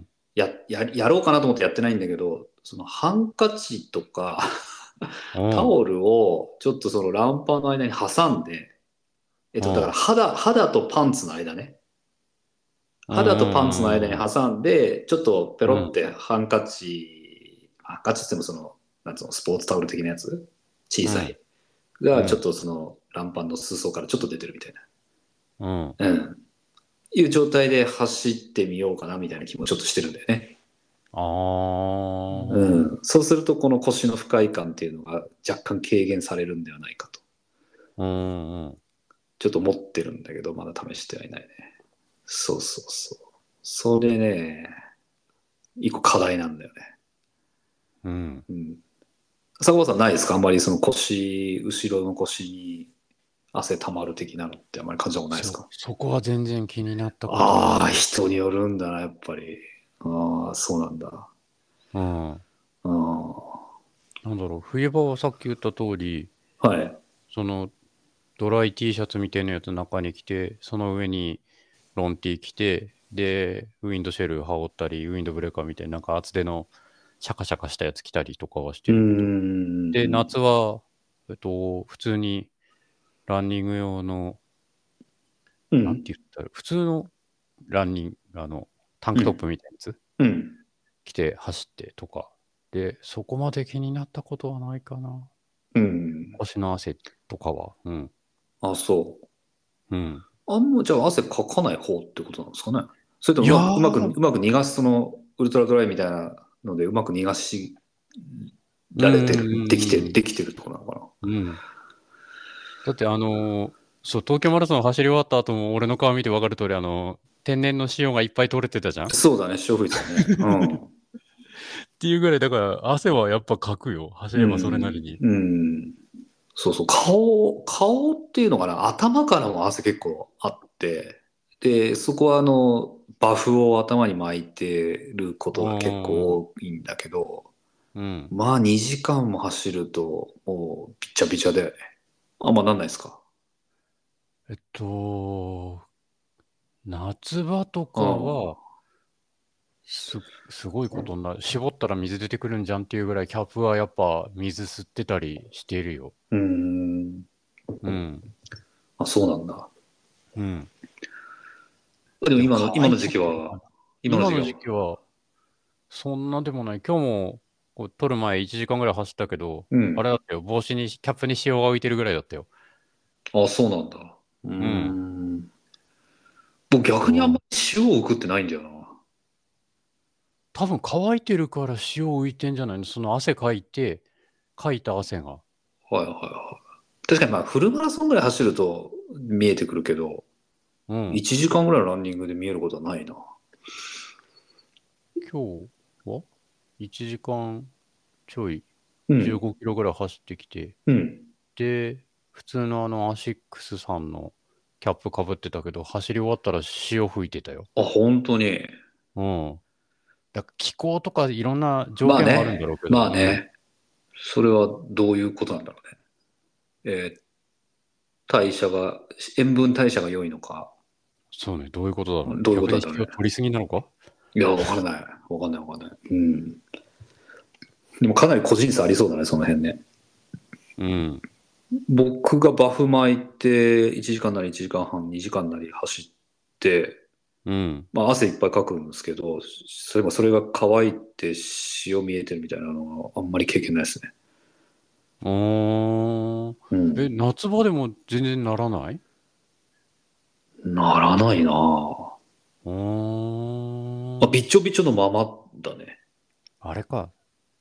S1: ん
S2: や、や、やろうかなと思ってやってないんだけど、そのハンカチとか、
S1: うん、
S2: タオルをちょっとそのランパーの間に挟んで、え
S1: う
S2: っと、
S1: ん
S2: だから肌、肌とパンツの間ね。肌とパンツの間に挟んで、ちょっとペロってハンカチ、ハンカチって言ってもその、なんつうの、スポーツタオル的なやつ小さい。
S1: う
S2: が、
S1: ん
S2: ちょっとその、ランパンの裾からちょっと出てるみたい
S1: うん
S2: な。うん。いう状態で走ってみようかなみたいな気もちょっとしてるんだよね。
S1: あー、
S2: うん。そうすると、この腰の不快感っていうのが若干軽減されるんではないかと。
S1: うんうん
S2: ちょっと持ってるんだけど、まだ試してはいないね。そうそうそう。それね、一個課題なんだよね。
S1: うん
S2: うん。坂本さんないですかあんまりその腰、後ろの腰に汗たまる的なのってあまり感じたことないですか
S1: そそこは全然気になったこと
S2: ああ
S1: な
S2: ー、
S1: い。
S2: 人によるんだな、やっぱり。ああ、そうなんだ。
S1: うん。
S2: あー
S1: なんだろう、冬場はさっき言った通り、
S2: はい。
S1: そのドライ T シャツみたいなやつ中に着て、その上にロン T 着て、で、ウィンドシェル羽織ったり、ウィンドブレーカーみたいな、なんか厚手のシャカシャカしたやつ着たりとかはして
S2: うー
S1: る。
S2: ん。
S1: で、夏は、えっと、普通にランニング用の、
S2: う
S1: なん
S2: ん。
S1: て言ったら、普通のランニング、あの、タンクトップみたいなやつ、
S2: うん。
S1: 着て走ってとか。で、そこまで気になったことはないかな。
S2: うん。
S1: 腰の汗とかは。うん。
S2: あ、そ
S1: う
S2: う。
S1: ん。
S2: あんまじゃあ汗かかない方ってことなんですかね。それと
S1: いや
S2: も
S1: ー
S2: うまくうまくうまく逃がすそのウルトラドライみたいなのでうまく逃がしられて
S1: う
S2: る
S1: ん
S2: できてるできてるってことなのか
S1: うん。だって、あのーそう、東京マラソン走り終わった後も、俺の顔見て分かる通り、あのー天然の塩がいっぱい取れてたじゃんっ
S2: な。そうだね消費 者ね。うん。
S1: ていうぐらい、だから、汗はやっぱかくよ。走ればそれなりに。
S2: うん。うんそうそう顔顔っていうのかな頭からも汗結構あってでそこはあのバフを頭に巻いてることが結構多いんだけど。
S1: うん。
S2: まあ2時間も走ると、もう、びっちゃびちゃだよね。あんまなんないですか
S1: えっと、夏場とかは、す、すごいことになる。絞ったら水出てくるんじゃんっていうぐらい、キャップはやっぱ水吸ってたりしてるよ。
S2: うーん。
S1: うん。
S2: あ、そうなんだ。
S1: うん。
S2: でも今の、
S1: 乾い
S2: 今の時期は、今の
S1: 今の
S2: 時
S1: 時
S2: 期
S1: 期は、そんなでもない。今日も、こう、撮る前1時間ぐらい走ったけど、
S2: は、うん。
S1: あれだったよ。帽子に、キャップに塩が浮いてるぐらいだったよ。
S2: あ、そうなんだ。うーん。僕逆にあんまり塩を送ってないんだよな。
S1: 多分乾いてるから塩浮いてんじゃないのその汗かいて、かいた汗が。
S2: はいはいはい。確かにまあ、フルマラソンぐらい走ると見えてくるけど、
S1: うん。
S2: 1時間ぐらいのランニングで見えることはないな。
S1: 今日は1時間ちょい
S2: うん。
S1: 15キロぐらい走ってきて、
S2: うん。
S1: で普通のあのアシックスさんのキャップかぶってたけど走り終わったら潮吹いてたよ。
S2: あ、本当に。
S1: うん。だから気候とかいろんな条件はあるんだろうけど。
S2: まあね、それはどういうことなんだろうね。えー代謝が、塩分代謝が良いのか。
S1: そうね、どういうことだろう、ね。
S2: どういうことだろうね
S1: 逆に塩取りすぎなのか
S2: いや、わからない。わかんない、わかんない。うん。でもかなり個人差ありそうだね、その辺ね。
S1: うん。
S2: 僕がバフ巻いて、1時間なり1時間半、2時間なり走って、
S1: うん。
S2: まあ、汗いっぱいかくんですけど、それそれが乾いて塩見えてるみたいなのはあんまり経験ないですね。
S1: おー
S2: うん。
S1: え、夏場でも全然ならない
S2: ならないなぁ。
S1: お
S2: あ、
S1: ー
S2: びっちょびちょのままだね。
S1: あれか。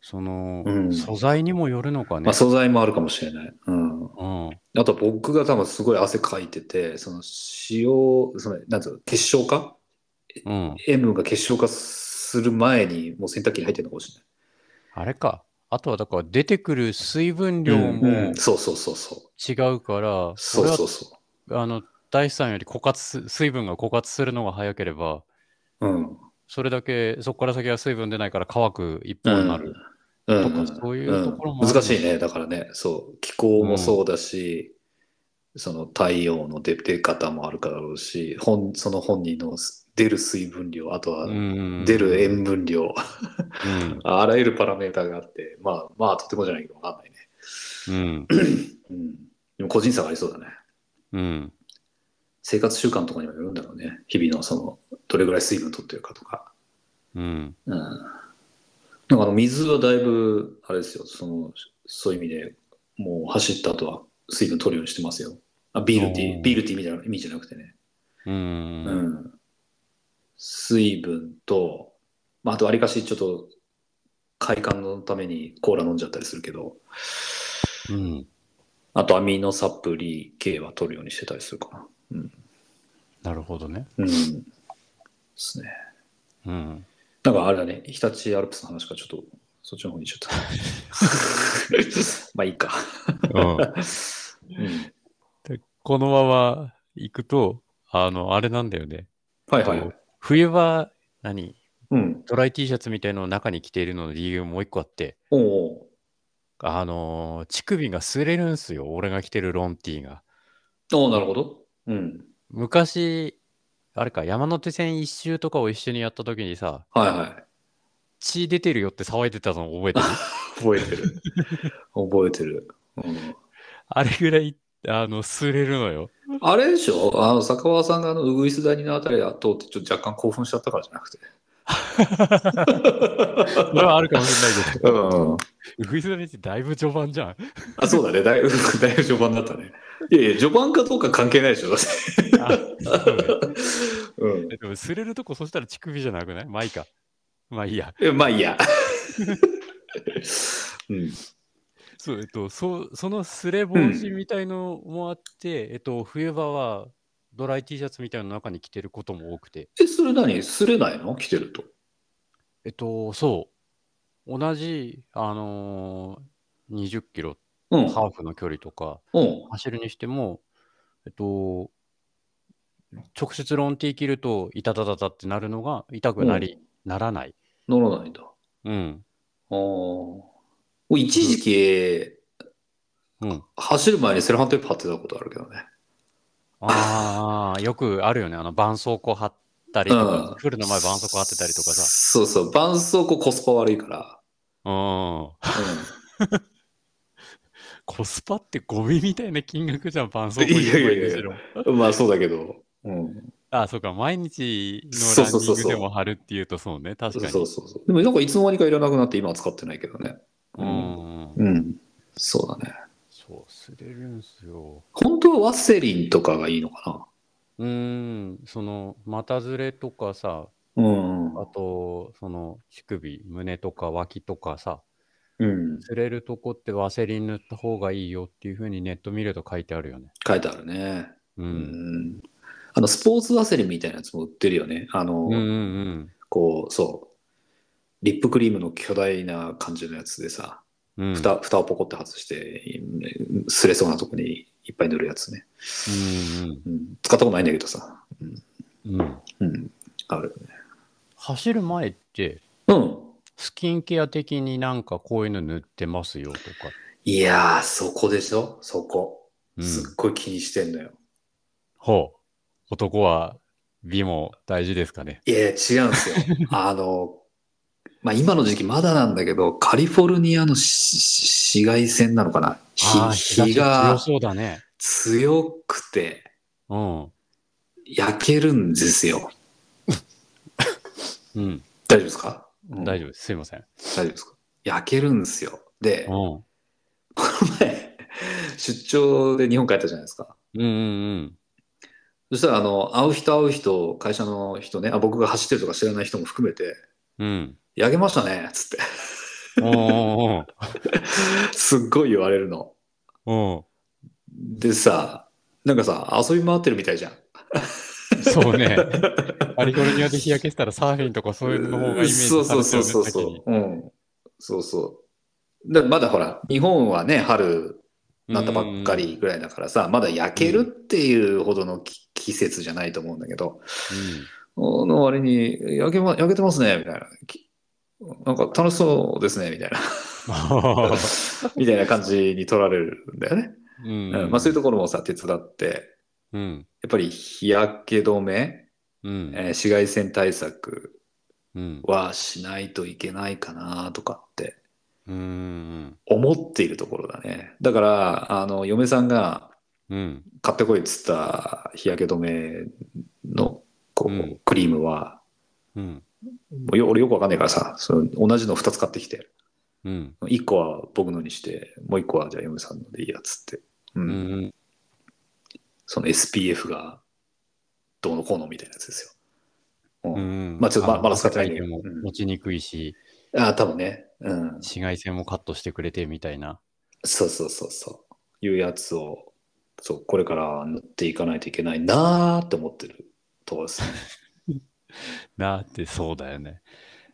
S1: その、
S2: うん
S1: 素材にもよるのかね。
S2: まあ、素材もあるかもしれない。うん。
S1: うん。
S2: あと僕が多分すごい汗かいてて、その塩、その、なんつうの、結晶化
S1: うん。
S2: 塩分が結晶化する前にもう洗濯機に入ってるのかもし
S1: あれか。あとはだから出てくる水分
S2: れ
S1: 量
S2: ない。うん、う
S1: も
S2: んそうそうそうそう。
S1: 違うから、
S2: そう
S1: れ
S2: そうそ
S1: はあの大地さんより枯渇す水分が枯渇するのが早ければ、
S2: う。うん。
S1: それだけそこから先は水分出ないから乾く一方になる。
S2: う
S1: と
S2: ん。
S1: か
S2: うん。
S1: そういうところもあ
S2: う
S1: る
S2: ん難しいね。だからね、そう。気候もそうだし、その太陽の出出方もあるからだろうし、本その本人の出る水分量、あとは
S1: うん
S2: 出る塩分量、
S1: うん
S2: あらゆるパラメーターがあって、まあまあとてもじゃないけど分かんないね。
S1: うん
S2: うん。でも個人差がありそうだね。
S1: うん
S2: 生活習慣とかにもよるんだろうね。日々のその、どれぐらい水分取ってるかとか。
S1: うん
S2: うん。なんかあの水はだいぶ、あれですよ、その、そういう意味で、もう走った後は水分取るようにしてますよ。あビールティ
S1: おー
S2: ー、ビールティーみたいな意味じゃなくてね。
S1: うん
S2: うん。水分と、まああとありかしちょっと、快感のためにコーラ飲んじゃったりするけど、
S1: うん
S2: あとアミノサプリ系は取るようにしてたりするかな。
S1: なるほどね。
S2: うん。ですね。
S1: うん
S2: なんかあれだね、日立アルプスの話からちょっと、そっちの方に行っちゃ った。まあいいか。
S1: うん
S2: うん。
S1: このまま行くと、あの、あれなんだよね。
S2: はいはいはい。
S1: 冬場、何
S2: うん。
S1: ドライ T シャツみたいのを中に着ているのの理由もう一個あって、
S2: おお
S1: あのー乳首が擦れるんすよ。俺が着てるロンティーが。
S2: ー。おおなるほど。うん。
S1: 昔、あれか、山手線一周とかを一緒にやった時にさ、
S2: はいはい。
S1: 血出てるよって騒いでたの覚えてる
S2: 覚えて る。覚えてる。うん
S1: あれぐらい、あの、擦れるのよ。
S2: あれでしょあの、坂川さんがあの、うぐいす谷のあたりを通って、ちょっと若干興奮しちゃったからじゃなくて。
S1: それはあるかもしれないけ
S2: う
S1: ど。
S2: ん。
S1: ウグイスの道だいぶ序盤じゃん。
S2: あ、そうだね。だいぶ、 だいぶ序盤だったね。いやいや、序盤かどうか関係ないでしょ。だって
S1: あそうね
S2: うん。
S1: でも、擦れるとこ、そしたら乳首じゃなくないまあいいか。まあいいや。
S2: えまあいい や。うん。
S1: そう、えっと、そうその擦れ防止みたいのもあって、えっと、冬場はドライ T シャツみたいなの中に着てることも多くて、
S2: え、それ何擦れないの着てると。
S1: えっと、そう、同じ、あのー20キロ
S2: うん。
S1: ハーフの距離とか、
S2: うん。
S1: 走るにしても、えっと、直接ロン T 着ると、痛たたたってなるのが痛くなり、ならない。
S2: 乗らないんだ。あ
S1: うん。
S2: あ。俺一時期、
S1: うん。
S2: 走る前にセロハンテープ貼ってたことあるけどね。
S1: ああ、よくあるよね。あの、絆創膏貼ったりとか、
S2: うん
S1: プールの前絆創膏貼ってたりとかさ。
S2: そうそう。絆創膏コスパ悪い から。
S1: うん。
S2: う
S1: コスパってゴミみたいな金額じゃん、絆創膏
S2: いやいやいやいや
S1: 一枚にしろ
S2: ん。まあそうだけど。うん。
S1: あ、そうか、毎日の
S2: そう
S1: ラン
S2: そう
S1: ニ
S2: そ
S1: ン
S2: う
S1: グ
S2: そう
S1: でも貼るっていうとそうね、確かに。
S2: そうそうそう。でもなんかいつの間にかいらなくなって今は使ってないけどね。
S1: う。ん。
S2: うん。そうだね。
S1: そう、すれるんすよ。
S2: 本当はワセリンとかがいいのか
S1: うーん、その、股ずれとかさ、
S2: な。うん。
S1: あと、その、乳首、胸とか脇とかさ、
S2: うん。
S1: 擦れるとこってワセリン塗った方がいいよっていうふうにネット見ると書いてあるよね。
S2: 書いてあるね。
S1: う。
S2: うんん。あの、スポーツワセリンみたいなやつも売ってるよね。あの、
S1: うんうん
S2: こう、そう。リップクリームの巨大な感じのやつでさ、
S1: うん。うん。
S2: 蓋蓋をポコって外して、すれそうなとこにいっぱい塗るやつね。
S1: うん
S2: うん、使ったことないんだけどさ。
S1: うんうん。
S2: うん。あるよね。
S1: 走る前って、
S2: うん。
S1: スキンケア的になんかこういうの塗ってますよとか。
S2: いやー、そこでしょそこ。
S1: うん。
S2: すっごい気にしてんのよ。
S1: ほう。男は美も大事ですかね。
S2: いやいや、違うん ですよ。あの、まあ、今の時期まだなんだけど、カリフォルニアのしし紫外線なのかな
S1: ああ、
S2: 日日
S1: 強
S2: が
S1: そうだね。
S2: 強くて
S1: うん。
S2: 焼けるんですよ。
S1: うん。
S2: 大丈夫ですか、うん
S1: 大丈夫です。すいません。
S2: 大丈夫ですか焼けるんですよ。で、
S1: う
S2: こ
S1: ん。
S2: の前、出張で日本帰ったじゃないですか。
S1: うんうん
S2: そしたら、あの、会う人会う人、会社の人ね、あ僕が走ってるとか知らない人も含めて、
S1: うん。 うん。
S2: 焼けましたね、つって。
S1: おーおー
S2: すっごい言われるの。
S1: お
S2: でさ、なんかさ、遊び回ってるみたいじゃん。
S1: ーそうね。カリフォルニアで日焼けしたらサーフィンとかそういうの方がイメージさ
S2: そ
S1: れ
S2: う
S1: てる
S2: そ
S1: よね。
S2: うそうそう
S1: 先に
S2: そう。うん。そうそう。だまだほら、日本はね、春なったばっか。りぐらいだからさ、まだ焼けるっていうほどのき季節じゃないと思うんだけど、その割に焼け,、ま、焼けてますね、みたいな。きなんか楽しそうですね、みたいな。 みたいな感じに取られるんだよね。
S1: うん
S2: うんまあそういうところもさ、手伝って、
S1: うん。
S2: やっぱり日焼け止め、
S1: うん
S2: えー紫外線対策、
S1: うん。
S2: はしないといけないかなとかって
S1: うん。うん。
S2: 思っているところだね。だから、あの、嫁さんが
S1: うん。
S2: 買ってこいっつった日焼け止めのこう、
S1: うん
S2: クリームは、
S1: うん。
S2: もうよ俺よくわかんないからさ、その同じの2つ買ってきて、
S1: うん。
S2: 1個は僕のにして、もう1個はじゃあ嫁さんのでいいやつって。うん。
S1: うん。
S2: その SPF がどうのこうのみたいなやつですよ。う。
S1: うんん
S2: まあちょっとままだ使
S1: 汗
S2: ってな
S1: かい
S2: い
S1: て
S2: けど
S1: も
S2: うん
S1: 落ちにくいし、
S2: ああ、多分ね。うん。
S1: 紫外線もカットしてくれてみたいな。
S2: そうそうそうそう。いうやつを、そう、これから塗っていかないといけないなーって思ってるところですね。
S1: なってそうだよね。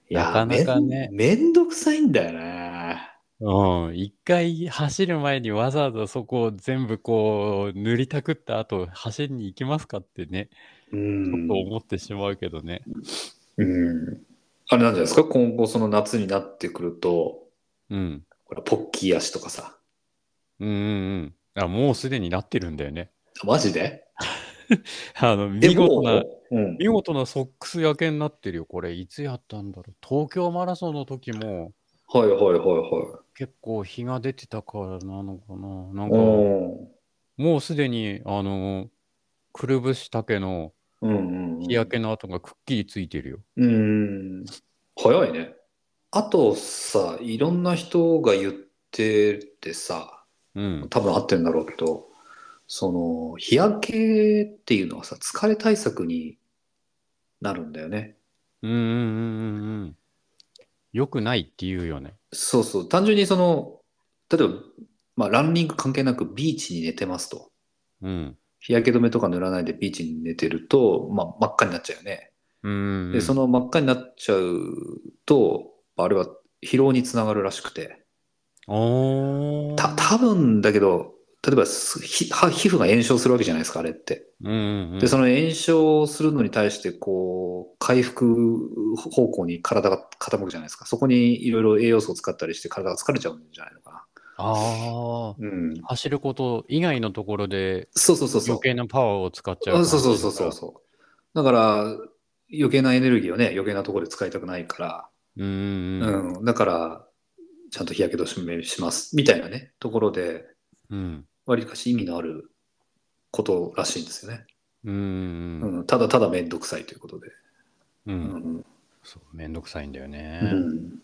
S2: いや ー
S1: なかなかね
S2: めん。めんどくさいんだよね。
S1: うん、一回走る前にわざわざそこを全部こう塗りたくった後走りに行きますかってね、
S2: うん
S1: と思ってしまうけどね。
S2: うん。あれなんじゃないですか今後その夏になってくると、
S1: うん。
S2: ほらポッキー足とかさ。
S1: うんうんうん。あ、もうすでになってるんだよね。
S2: あマジで
S1: あの、
S2: え
S1: 見事な、
S2: もううん。
S1: 見事なソックス焼けになってるよ。これ、いつやったんだろう。東京マラソンの時も
S2: はいはいはいは。
S1: 結構日が出てたからなのかな。ないん
S2: う
S1: か、
S2: ん。
S1: もうすでに、あの、くるぶし丈の
S2: うんうん。
S1: 日焼けの跡がくっきりついてるよ。
S2: うん。早いね。あとさ、いろんな人が言っててさ、
S1: うん。
S2: 多分合ってるんだろうけど、その、日焼けっていうのはさ、疲れ対策になるんだよね。
S1: うんうんうんうんうん。よくないって言うよね。
S2: そうそう。単純にその、例えば、まあ、ランニング関係なくビーチに寝てますと。
S1: うん。
S2: 日焼け止めとか塗らないでビーチに寝てると、まあ、真っ赤になっちゃうよね。
S1: うんうんうん、
S2: で、その真っ赤になっちゃうと、あれは疲労につながるらしくて。
S1: おー
S2: た多分だけど、例えばすひは皮膚が炎症するわけじゃないですか、あれって。
S1: うんうんうん、
S2: で、その炎症するのに対して、こう、回復方向に体が傾くじゃないですか。そこにいろいろ栄養素を使ったりして体が疲れちゃうんじゃないのか
S1: ああ、
S2: な。うん。
S1: 走ること以外のところで
S2: そうそうそうそう。
S1: 余計なパワーを使っちゃう
S2: あ
S1: 感じ
S2: そう
S1: だから。
S2: そうそうそうそう。だから、余計なエネルギーをね、余計なところで使いたくないか
S1: うんうん
S2: ら、
S1: うん。
S2: うん。だから、ちゃんと日焼け止めします、みたいなね、ところで、
S1: うん。
S2: 割りかし意味のあることらしいんですよね。
S1: うんうんうん
S2: うん、ただただめんどくさいということで。
S1: う。
S2: うんん。
S1: そう、めんどくさいんだよね
S2: う。ん。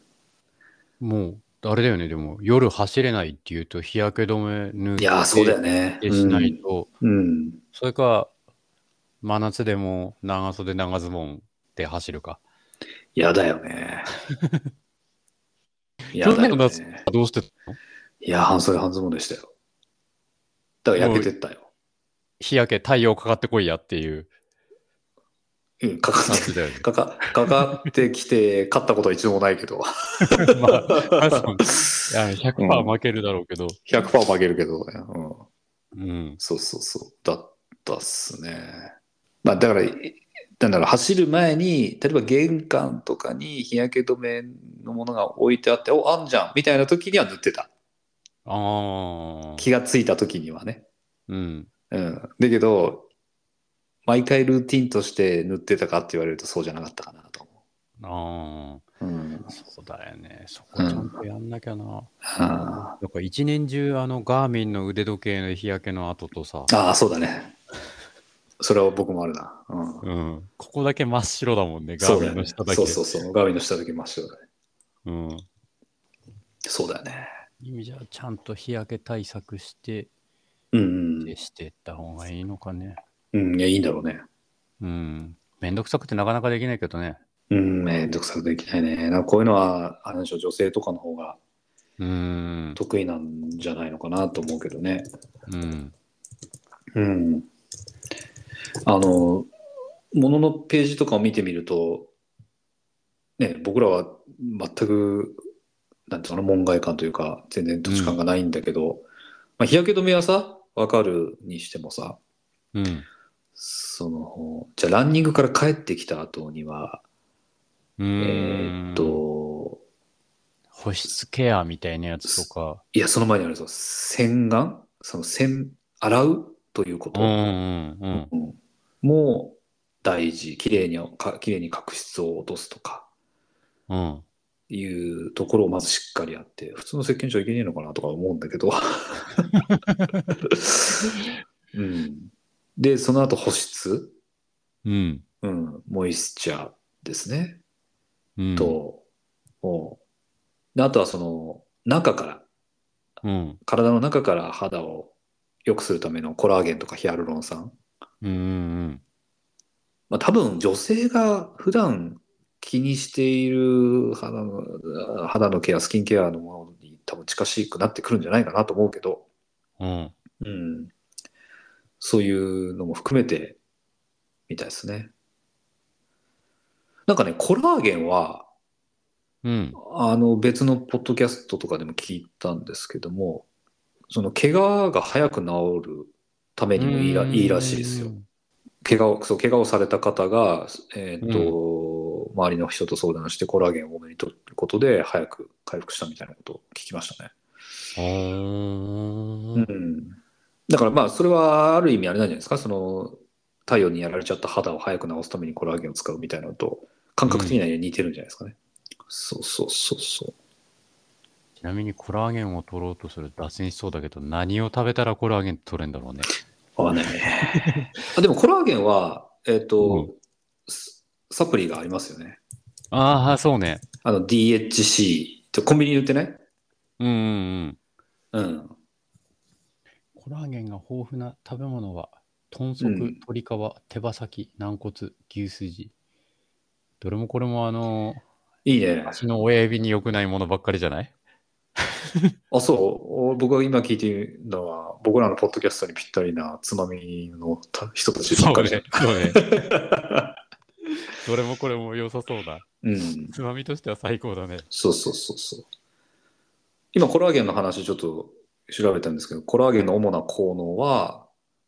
S1: もう、あれだよね、でも、夜走れないっていうと、日焼け止め塗っ
S2: い
S1: て、
S2: やー、そうだよね。
S1: しないと、
S2: うん。
S1: それか、真夏でも長袖長ズボンで走るか。
S2: 嫌、だよ ね。嫌
S1: 去
S2: だ
S1: 年
S2: よ
S1: の夏
S2: ね。
S1: どうしてたの
S2: いやー、半袖半ズボンでしたよ。だから焼けてったよ。
S1: 日焼け、太陽かかってこいやっていう
S2: うん、かかっ
S1: 感
S2: て。
S1: じだよね
S2: かか、かかってきて、勝ったことは一度もないけど。
S1: まあ、そういや
S2: う
S1: 100%
S2: ん
S1: 負けるだろうけど。
S2: 100%負けるけどね。うん。
S1: うん。
S2: そうそうそう。だったっすね。まあだから、いなんだろう、走る前に、例えば玄関とかに日焼け止めのものが置いてあって、お、あんじゃんみたいな時には塗ってた。
S1: ああ。
S2: 気がついた時にはね。
S1: うん。
S2: うん。だけど、毎回ルーティンとして塗ってたかって言われるとそうじゃなかったかなと思
S1: あ
S2: う。うん
S1: あ。。そうだよね。そこちゃんとやんなきゃな。
S2: あ
S1: なんか一年中、あの、ガーミンの腕時計の日焼けの跡とさ、
S2: ーあー、そうだね。それは僕もあるな。うん。
S1: うん。ここだけ真っ白だもんね、ガー
S2: そう
S1: ミ
S2: だ
S1: ン
S2: よ
S1: の
S2: ね
S1: 下だ。け。
S2: そうそうそう。ガーミンの下だけ真っ白だね。
S1: うん。
S2: そうだよね。
S1: 意味じゃ、ちゃんと日焼け対策して、
S2: うんうん
S1: してった方がいいのかね。
S2: うん。いや、いいんだろうね。
S1: うん。めんどくさくてなかなかできないけどね。
S2: うん、めんどくさくできないね。なんかこういうのは、あれでしょう、女性とかの方が
S1: うん。
S2: 得意なんじゃないのかなと思うけどね。
S1: うん。
S2: うん。あの、もののページとかを見てみると、ね、僕らは全く、なんていうのかな、門外観というか、全然土地感がないんだけど、まあ、日焼け止めはさ、わかるにしてもさ、
S1: うん。
S2: その、じゃあランニングから帰ってきた後には、
S1: うん
S2: えーっ。と、
S1: 保湿ケアみたいなやつとか。
S2: いや、その前にあるぞ。洗顔その洗、洗うということ、
S1: うんうん
S2: うんもう大事。綺麗にか、綺麗に角質を落とすとか、
S1: うん。うん。
S2: いうところをまずしっかりやって、普通の石鹸じゃいけねえのかなとか思うん だけど。うん、で、その後保湿、
S1: うん。
S2: うん、モイスチャーですね。
S1: うん、
S2: と、もうであとはその、中から、
S1: うん。
S2: 体の中から肌を良くするためのコラーゲンとかヒアルロン酸。
S1: うん。うん。
S2: まあ、多分女性が普段気にしている肌の肌のケア、スキンケアのものに多分近しくなってくるんじゃないかなと思うけど、
S1: うん。
S2: うん、そういうのも含めてみたいですね。なんかね、コラーゲンは
S1: うん。
S2: あの別のポッドキャストとかでも聞いたんですけどもその怪我が早く治るためにもいいらいいらしいですよ。怪我をそう怪我をされた方が、えーっと周りの人と相談してコラーゲンを多めに取ることで早く回復したみたいなことを聞きましたね。
S1: うー。
S2: うんん、だからまあそれはある意味あれなんじゃないですかその太陽にやられちゃった肌を早く治すためにコラーゲンを使うみたいなのと感覚的には似てるんじゃないですかね。そうそうそうそう。
S1: ちなみにコラーゲンを取ろうとすると脱線しそうだけど、何を食べたらコラーゲン取れるんだろうね。
S2: わかんないね。 あでもコラーゲンは、えっ、と、
S1: うん
S2: スサプリがありますよね。
S1: ああ、そうね。
S2: あの DHC とコンビニに売ってない
S1: うんうんうん。
S2: うん。
S1: コラーゲンが豊富な食べ物は、豚足、
S2: うん
S1: 鶏皮、手羽先、軟骨、牛すじ。どれもこれもあの、
S2: いいね。
S1: 足の親指に良くないものばっかりじゃない
S2: あ、そう。お僕が今聞いてるのは、僕らのポッドキャストにぴったりなつまみのた人たちばっかりじゃん。
S1: そう ね。どれもこれも良さそうだ。
S2: うん。
S1: つまみとしては最高だね。
S2: そうそうそうそう。今、コラーゲンの話ちょっと調べたんですけど、コラーゲンの主な効能は、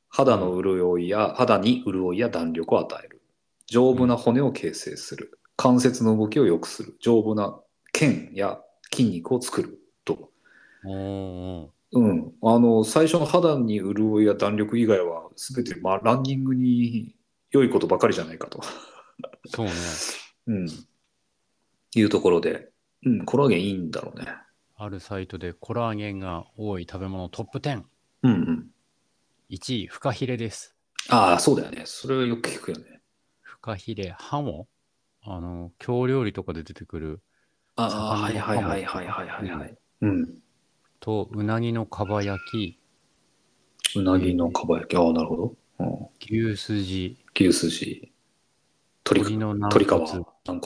S2: 肌の潤いや、肌に潤いや弾力を与える。丈夫な骨を形成する。関節の動きを良くする。丈夫な腱や筋肉を作る。と。
S1: おー
S2: うん。あの、最初の肌に潤いや弾力以外は、すべて、まあ、ランニングに良いことばかりじゃないかと。
S1: そうね。
S2: うん。いうところで、うん、コラーゲンいいんだろうね。
S1: あるサイトでコラーゲンが多い食べ物トップ10。
S2: うんうん。
S1: 1位、フカヒレです。
S2: ああ、そうだよね。それはよく聞くよね。
S1: フカヒレ、ハモあの、京料理とかで出てくる
S2: ああ、
S1: 魚
S2: はい
S1: の
S2: はいはいはいはいはいはい。うん。
S1: と、うなぎのかば焼き、
S2: うなぎのかば焼き。ああ、なるほど。うん、
S1: 牛すじ、
S2: 牛すじ、
S1: 鶏
S2: 鶏
S1: の軟
S2: 鶏皮、
S1: 骨、
S2: 軟骨。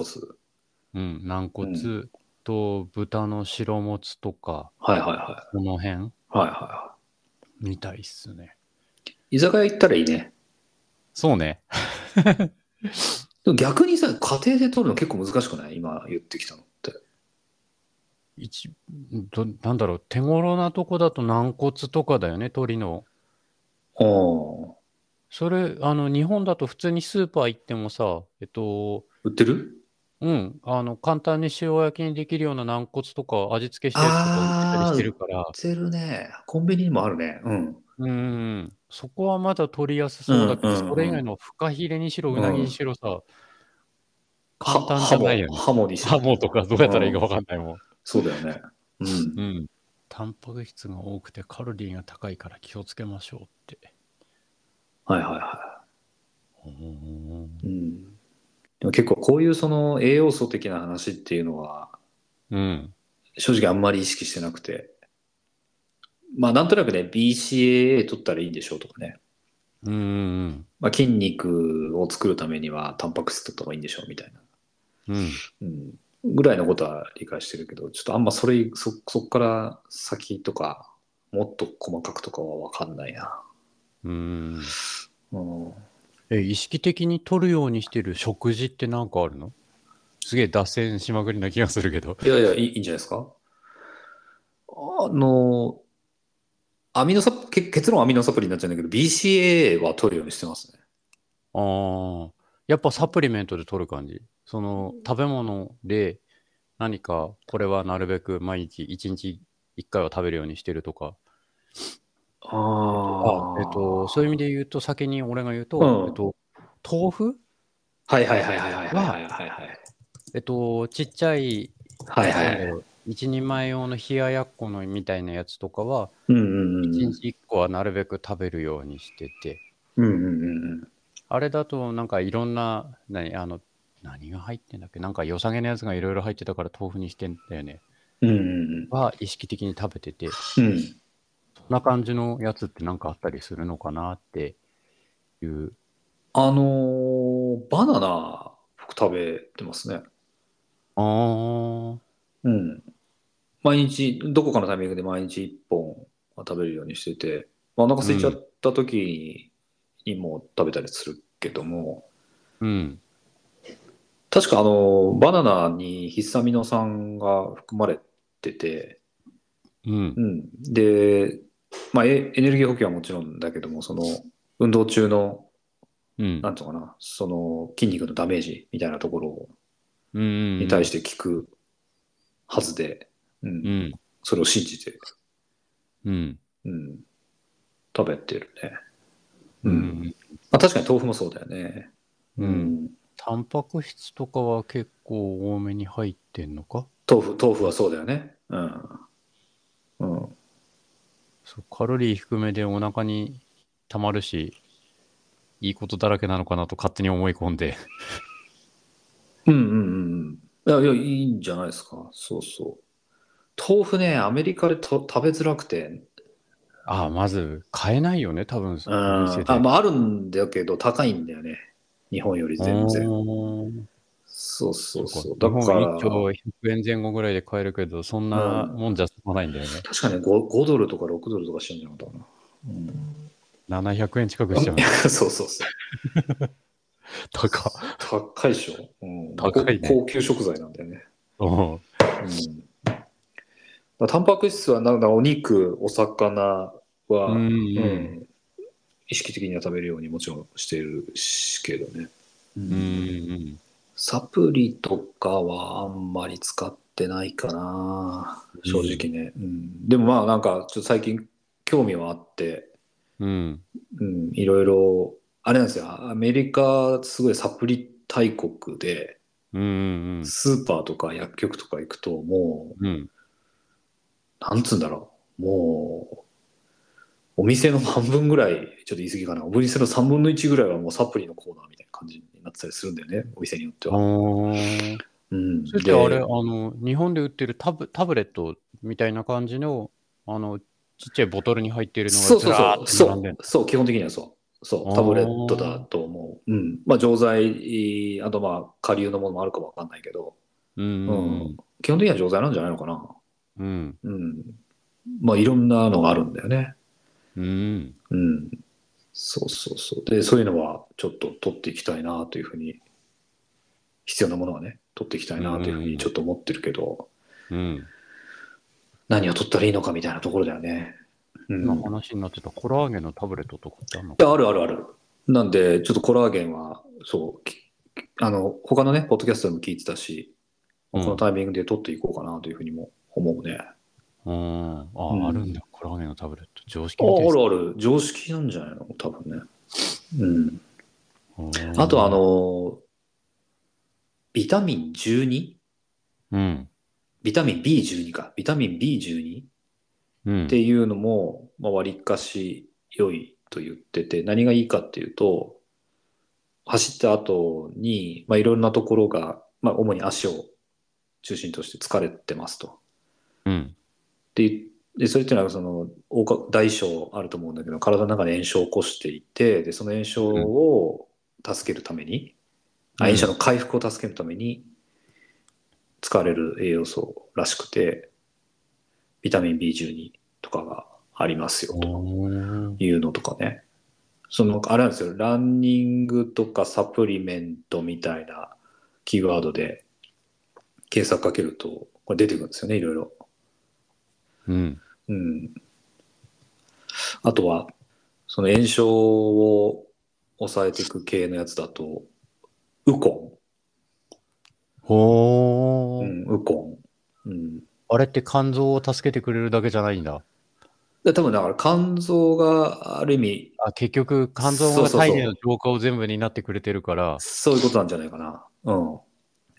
S1: うん、軟骨、
S2: う
S1: と豚の白もつとか、
S2: はいはいは
S1: この辺
S2: い。はいはいは
S1: みたいっすね。
S2: い。居酒屋行ったらいいね。
S1: そうね。
S2: でも逆にさ、家庭で取るの結構難しくない今言ってきたのって。
S1: 一どなんだろう、手頃なとこだと軟骨とかだよね、鳥の。
S2: ああ。
S1: それ、あの、日本だと普通にスーパー行ってもさ、えっと、
S2: 売ってる
S1: うん、あの、簡単に塩焼きにできるような軟骨とか味付けしたやつとか売ってたりしてるから、
S2: 売ってるね。コンビニにもあるね。うん。
S1: うんうん、そこはまだ取りやすそうだけど、
S2: うんうんうん
S1: それ以外のフカヒレにしろ、うなぎにしろさ、
S2: は
S1: 簡単じゃないよね
S2: ハモハモにし
S1: ハモとかどうやったらいいか分かんないもん。
S2: そうだよね。うん。
S1: うん。タンパク質が多くてカロリーが高いから気をつけましょうって。
S2: はいはいはい。
S1: うん
S2: うんでも結構こういうその栄養素的な話っていうのは
S1: うん。
S2: 正直あんまり意識してなくてまあなんとなくね BCAA 取ったらいいんでしょうとかね、
S1: うんうん
S2: まあ、筋肉を作るためにはタンパク質取った方がいいんでしょうみたいな、
S1: うん。うん。
S2: うん、ぐらいのことは理解してるけどちょっとあんまそれそそっから先とかもっと細かくとかは分かんないな、
S1: うん。
S2: うん、
S1: え、意識的に取るようにしてる食事って何かあるのすげえ脱線しまくりな気がするけど。
S2: いやいや、いいいいんじゃないですか。あの、アミノサプけ結論アミノサプリになっちゃうんだけど、BCAA は取るようにしてますね。
S1: ああ。やっぱサプリメントで取る感じ。その食べ物で何かこれはなるべく毎日1日1回は食べるようにしてるとか。
S2: あ
S1: あえっと、そういう意味で言うと先に俺が言うと、
S2: うん
S1: えっと、豆腐
S2: はいはいはいはいはいはいはいはい。
S1: えっと、ちっちゃい、
S2: はいは
S1: なんだ
S2: い。
S1: ろう一人前用の冷ややっこのみたいなやつとかは、
S2: うんうんうん。
S1: 一日一個はなるべく食べるようにしてて、
S2: うんうんうん
S1: あれだとなんかいろんな、何、あの、何が入ってんだっけなんか良さげなやつがいろいろ入ってたから豆腐にしてんだよね。
S2: うん。うんうん
S1: は意識的に食べてて、
S2: うん。うん
S1: そんな感じのやつってなんかあったりするのかなっていう。
S2: あのーバナナ、僕食べてますね。
S1: あー、
S2: うん。毎日、どこかのタイミングで毎日1本は食べるようにしてて、まあ、お腹空いちゃった時にも食べたりするけども、
S1: うん。
S2: 確かあの、バナナにヒスタミノ酸が含まれてて、
S1: うん
S2: う。ん、で、まあ、エエネルギー補給はもちろんだけども、その運動中の、
S1: うん。
S2: なんていうのかな、その筋肉のダメージみたいなところ
S1: うん。
S2: に対
S1: し
S2: して効くはずで、うん
S1: うん。
S2: それを信じて、
S1: うん。
S2: うん、食べてるね。
S1: う
S2: うん
S1: ん。
S2: まあ、確かに豆腐もそうだよね。
S1: うん。タンパク質とかは結構多めに入ってんのか
S2: 豆腐、豆腐はそうだよね。うん。うん、
S1: そうカロリー低めでお腹にたまるし、いいことだらけなのかなと勝手に思い込んで。
S2: うんうんうんうん。いや、いや、いいんじゃないですか。そうそう。豆腐ね、アメリカでと食べづらくて、
S1: ああ、まず買えないよね、多分。
S2: うんあ、まあ、あるんだけど、高いんだよね。日本より全然。
S1: 然。
S2: そうそうそう。
S1: だ
S2: だ
S1: か。
S2: からら、
S1: 1丁100円前後ぐらいで買えるけど、そんなもんじゃ済まないんだよね。
S2: 確かね5、5ドルとか6ドルとかしてんじゃなかったかな。
S1: 700円近くしちゃう
S2: うん、い。やそうそうそう。
S1: 高 っ。
S2: 高いでしょ。うん、
S1: 高いね
S2: 高高級食材なんだよね。
S1: うん
S2: うん、だからタンパク質はなんだお肉、お魚は、
S1: うんうん
S2: うん意識的には食べるようにもちろんしてるしけどね。
S1: うんうん
S2: サプリとかはあんまり使ってないかな、
S1: うん
S2: 正直ね。うんでもまあなんか、ちょっと最近興味はあって、
S1: うん。
S2: うん、いろいろ、あれなんですよ、アメリカすごいサプリ大国で、
S1: うんうん
S2: スーパーとか薬局とか行くと、も
S1: うん。うん。
S2: う、なんつうんだろう、もう、お店の半分ぐらい、ちょっと言い過ぎかな、お店の3分の1ぐらいはもうサプリのコーナーみたいな感じになってたりするんだよね、お店によっては。
S1: お
S2: うん、
S1: それってあれ、あの、日本で売ってるタブタブレットみたいな感じの、あの、ちっちゃいボトルに入っているの
S2: そ
S1: が
S2: う
S1: ず
S2: そう
S1: ら
S2: そ
S1: ー
S2: う、
S1: っと並
S2: そ
S1: んで、
S2: うんそう、基本的にはそう。そ
S1: あー
S2: う、タブレットだと思う。うん。まあ、錠剤、あとまあ、下流のものもあるかもわかんないけど、
S1: の。うん
S2: 基本的には錠剤なんじゃないのかな。
S1: うん。
S2: うん。まあ、いろんなのがあるんだよね。
S1: うん。うん。
S2: うん。そうそうそう。で、そういうのは、ちょっと取っていきたいなというふうに、必要なものはね、取っていきたいなというふうにちょっと思ってるけど、
S1: うん。
S2: 何を取ったらいいのかみたいなところだよね。うん。
S1: 今話になってたコラーゲンのタブレットとかってあるの
S2: い
S1: か
S2: や、あるあるある。なんで、ちょっとコラーゲンは、そう、きあの、他のね、ポッドキャストでも聞いてたし、
S1: うん
S2: このタイミングで撮っていこうかなというふうにも思うね。
S1: うん。あ
S2: う
S1: ー、
S2: ん
S1: あるんだ。コラーゲンのタブレット。常識
S2: あ
S1: みたい
S2: あ
S1: です
S2: るある、常識なんじゃないの多分ね。うん。
S1: うん
S2: あと、あ、の、ビタミン 12?
S1: うん。
S2: ビタミン B12 か。ビタミン B12
S1: うん。
S2: っていうのも、まあ、割かし良いと言ってて、何がいいかっていうと、走った後に、まあ、いろんなところが、まあ、主に足を中心として疲れてますと。
S1: うん。
S2: で、でそれっていうのはその、大か大小あると思うんだけど、体の中で炎症を起こしていて、で、その炎症を助けるために、あ炎症の回復を助けるために、使われる栄養素らしくて、ビタミン B12 とかがありますよと。
S1: うん
S2: いうのとかね。その、あれなんですよ。ランニングとかサプリメントみたいなキーワードで検索かけると、これ出てくるんですよね、いろいろ。
S1: うん。
S2: うん。あとは、その炎症を抑えていく系のやつだと、ウコン。
S1: ほ
S2: う
S1: ー。
S2: ん、ウコン。うん。
S1: あれって肝臓を助けてくれるだけじゃないんだ。
S2: で多分だから肝臓がある意味、
S1: あ結局、肝臓
S2: そう
S1: が
S2: そうそう
S1: 体内の浄化を全部担ってくれてるから、
S2: そういうことなんじゃないかな。うん。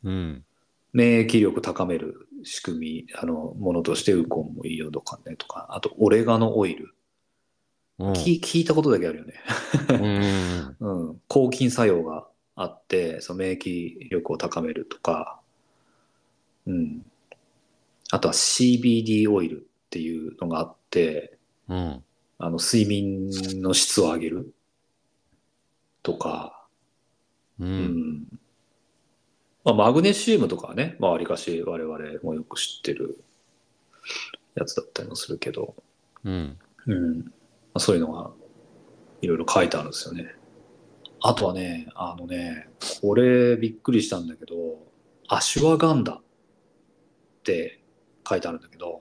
S1: うん。
S2: 免疫力高める仕組み、あの、ものとしてウコンもいいよとかね、とか、あとオレガノオイル。
S1: うん
S2: き聞いたことだけあるよね。
S1: うん
S2: うん。抗菌作用があって、その免疫力を高めるとか、うん。あとは CBD オイルっていうのがあって、
S1: うん。
S2: あの、睡眠の質を上げるとか、
S1: う。
S2: うんんまあ、マグネシウムとかはね、まあ、わりかし我々もよく知ってるやつだったりもするけど、
S1: うん。
S2: うんまあ、そういうのがいろいろ書いてあるんですよね。あとはね、あのね、これびっくりしたんだけど、アシュワガンダって書いてあるんだけど、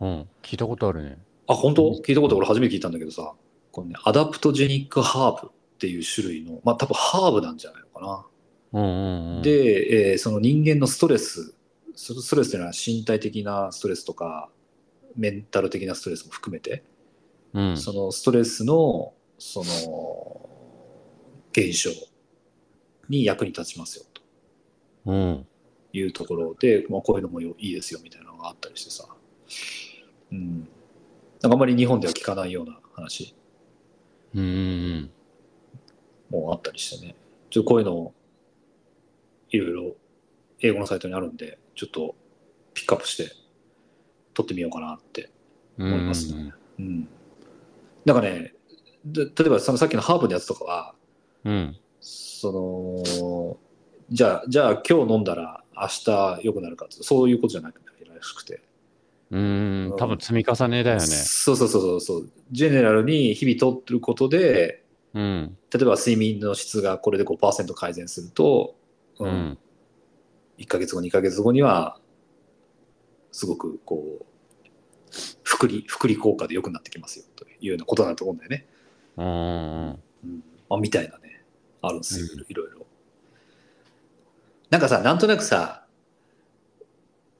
S1: うん。聞いたことあるね。
S2: あ、本当
S1: うん
S2: 聞いたこと俺初めて聞いたんだけどさ、このね、アダプトジェニックハーブっていう種類の、まあ多分ハーブなんじゃないのかな。
S1: うんうんうん。、
S2: で、えーその人間のストレス、そのストレスというのは身体的なストレスとか、メンタル的なストレスも含めて、
S1: うん。
S2: そのストレスの、その、減少に役に立ちますよと
S1: うん。
S2: いうところで、まあ、こういうのもよいいですよみたいなのがあったりしてさ、うん、なんかあんまり日本では聞かないような話
S1: うんうん
S2: もあったりしてね、ちょっとこういうのをいろいろ英語のサイトにあるんで、ちょっとピックアップして撮ってみようかなって。
S1: うん。
S2: 思いますねうん、なんかね、で例えばそのさっきのハーブのやつとかは、
S1: うん。
S2: そのじゃあ、じゃあ今日飲んだら明日良くなるかって、そういうことじゃなくて、らしくて。
S1: うん。多分積み重ねだよね。
S2: そうそうそうそうそう。ジェネラルに日々とってることで、
S1: うん。
S2: 例えば睡眠の質がこれで5%改善すると、う
S1: うんん。
S2: 1ヶ月後、2ヶ月後には、すごくこう、福利、福利効果で良くなってきますよ、というようなことだと思うんだよね。
S1: うんうんうん。
S2: うんまあ、みたいなね、あるんですよ
S1: うん、
S2: いろいろ。なんかさ、なんとなくさ、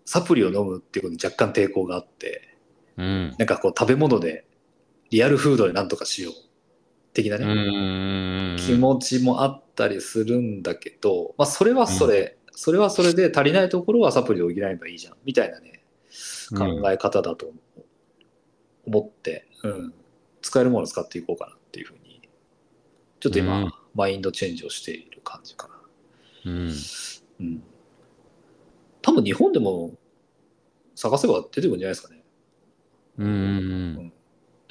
S2: サプリを飲むっていうことに若干抵抗があって、
S1: うん。
S2: なんかこう食べ物で、リアルフードでなんとかしよう、的な
S1: う
S2: ね、
S1: んうんうん。
S2: 気持ちもあったりするんだけど、まあそれはそれ、それはそれで足りないところはサプリを補えばいいじゃん、みたいなね、
S1: うん
S2: 考え方だと思う思って、うん、使えるものを使っていこうかなっていうふうに、ちょっと今、
S1: うん
S2: マインドチェンジをしている感じかな。
S1: うん。
S2: うん。多分日本でも探せば出てくるんじゃないですかね。
S1: うんうん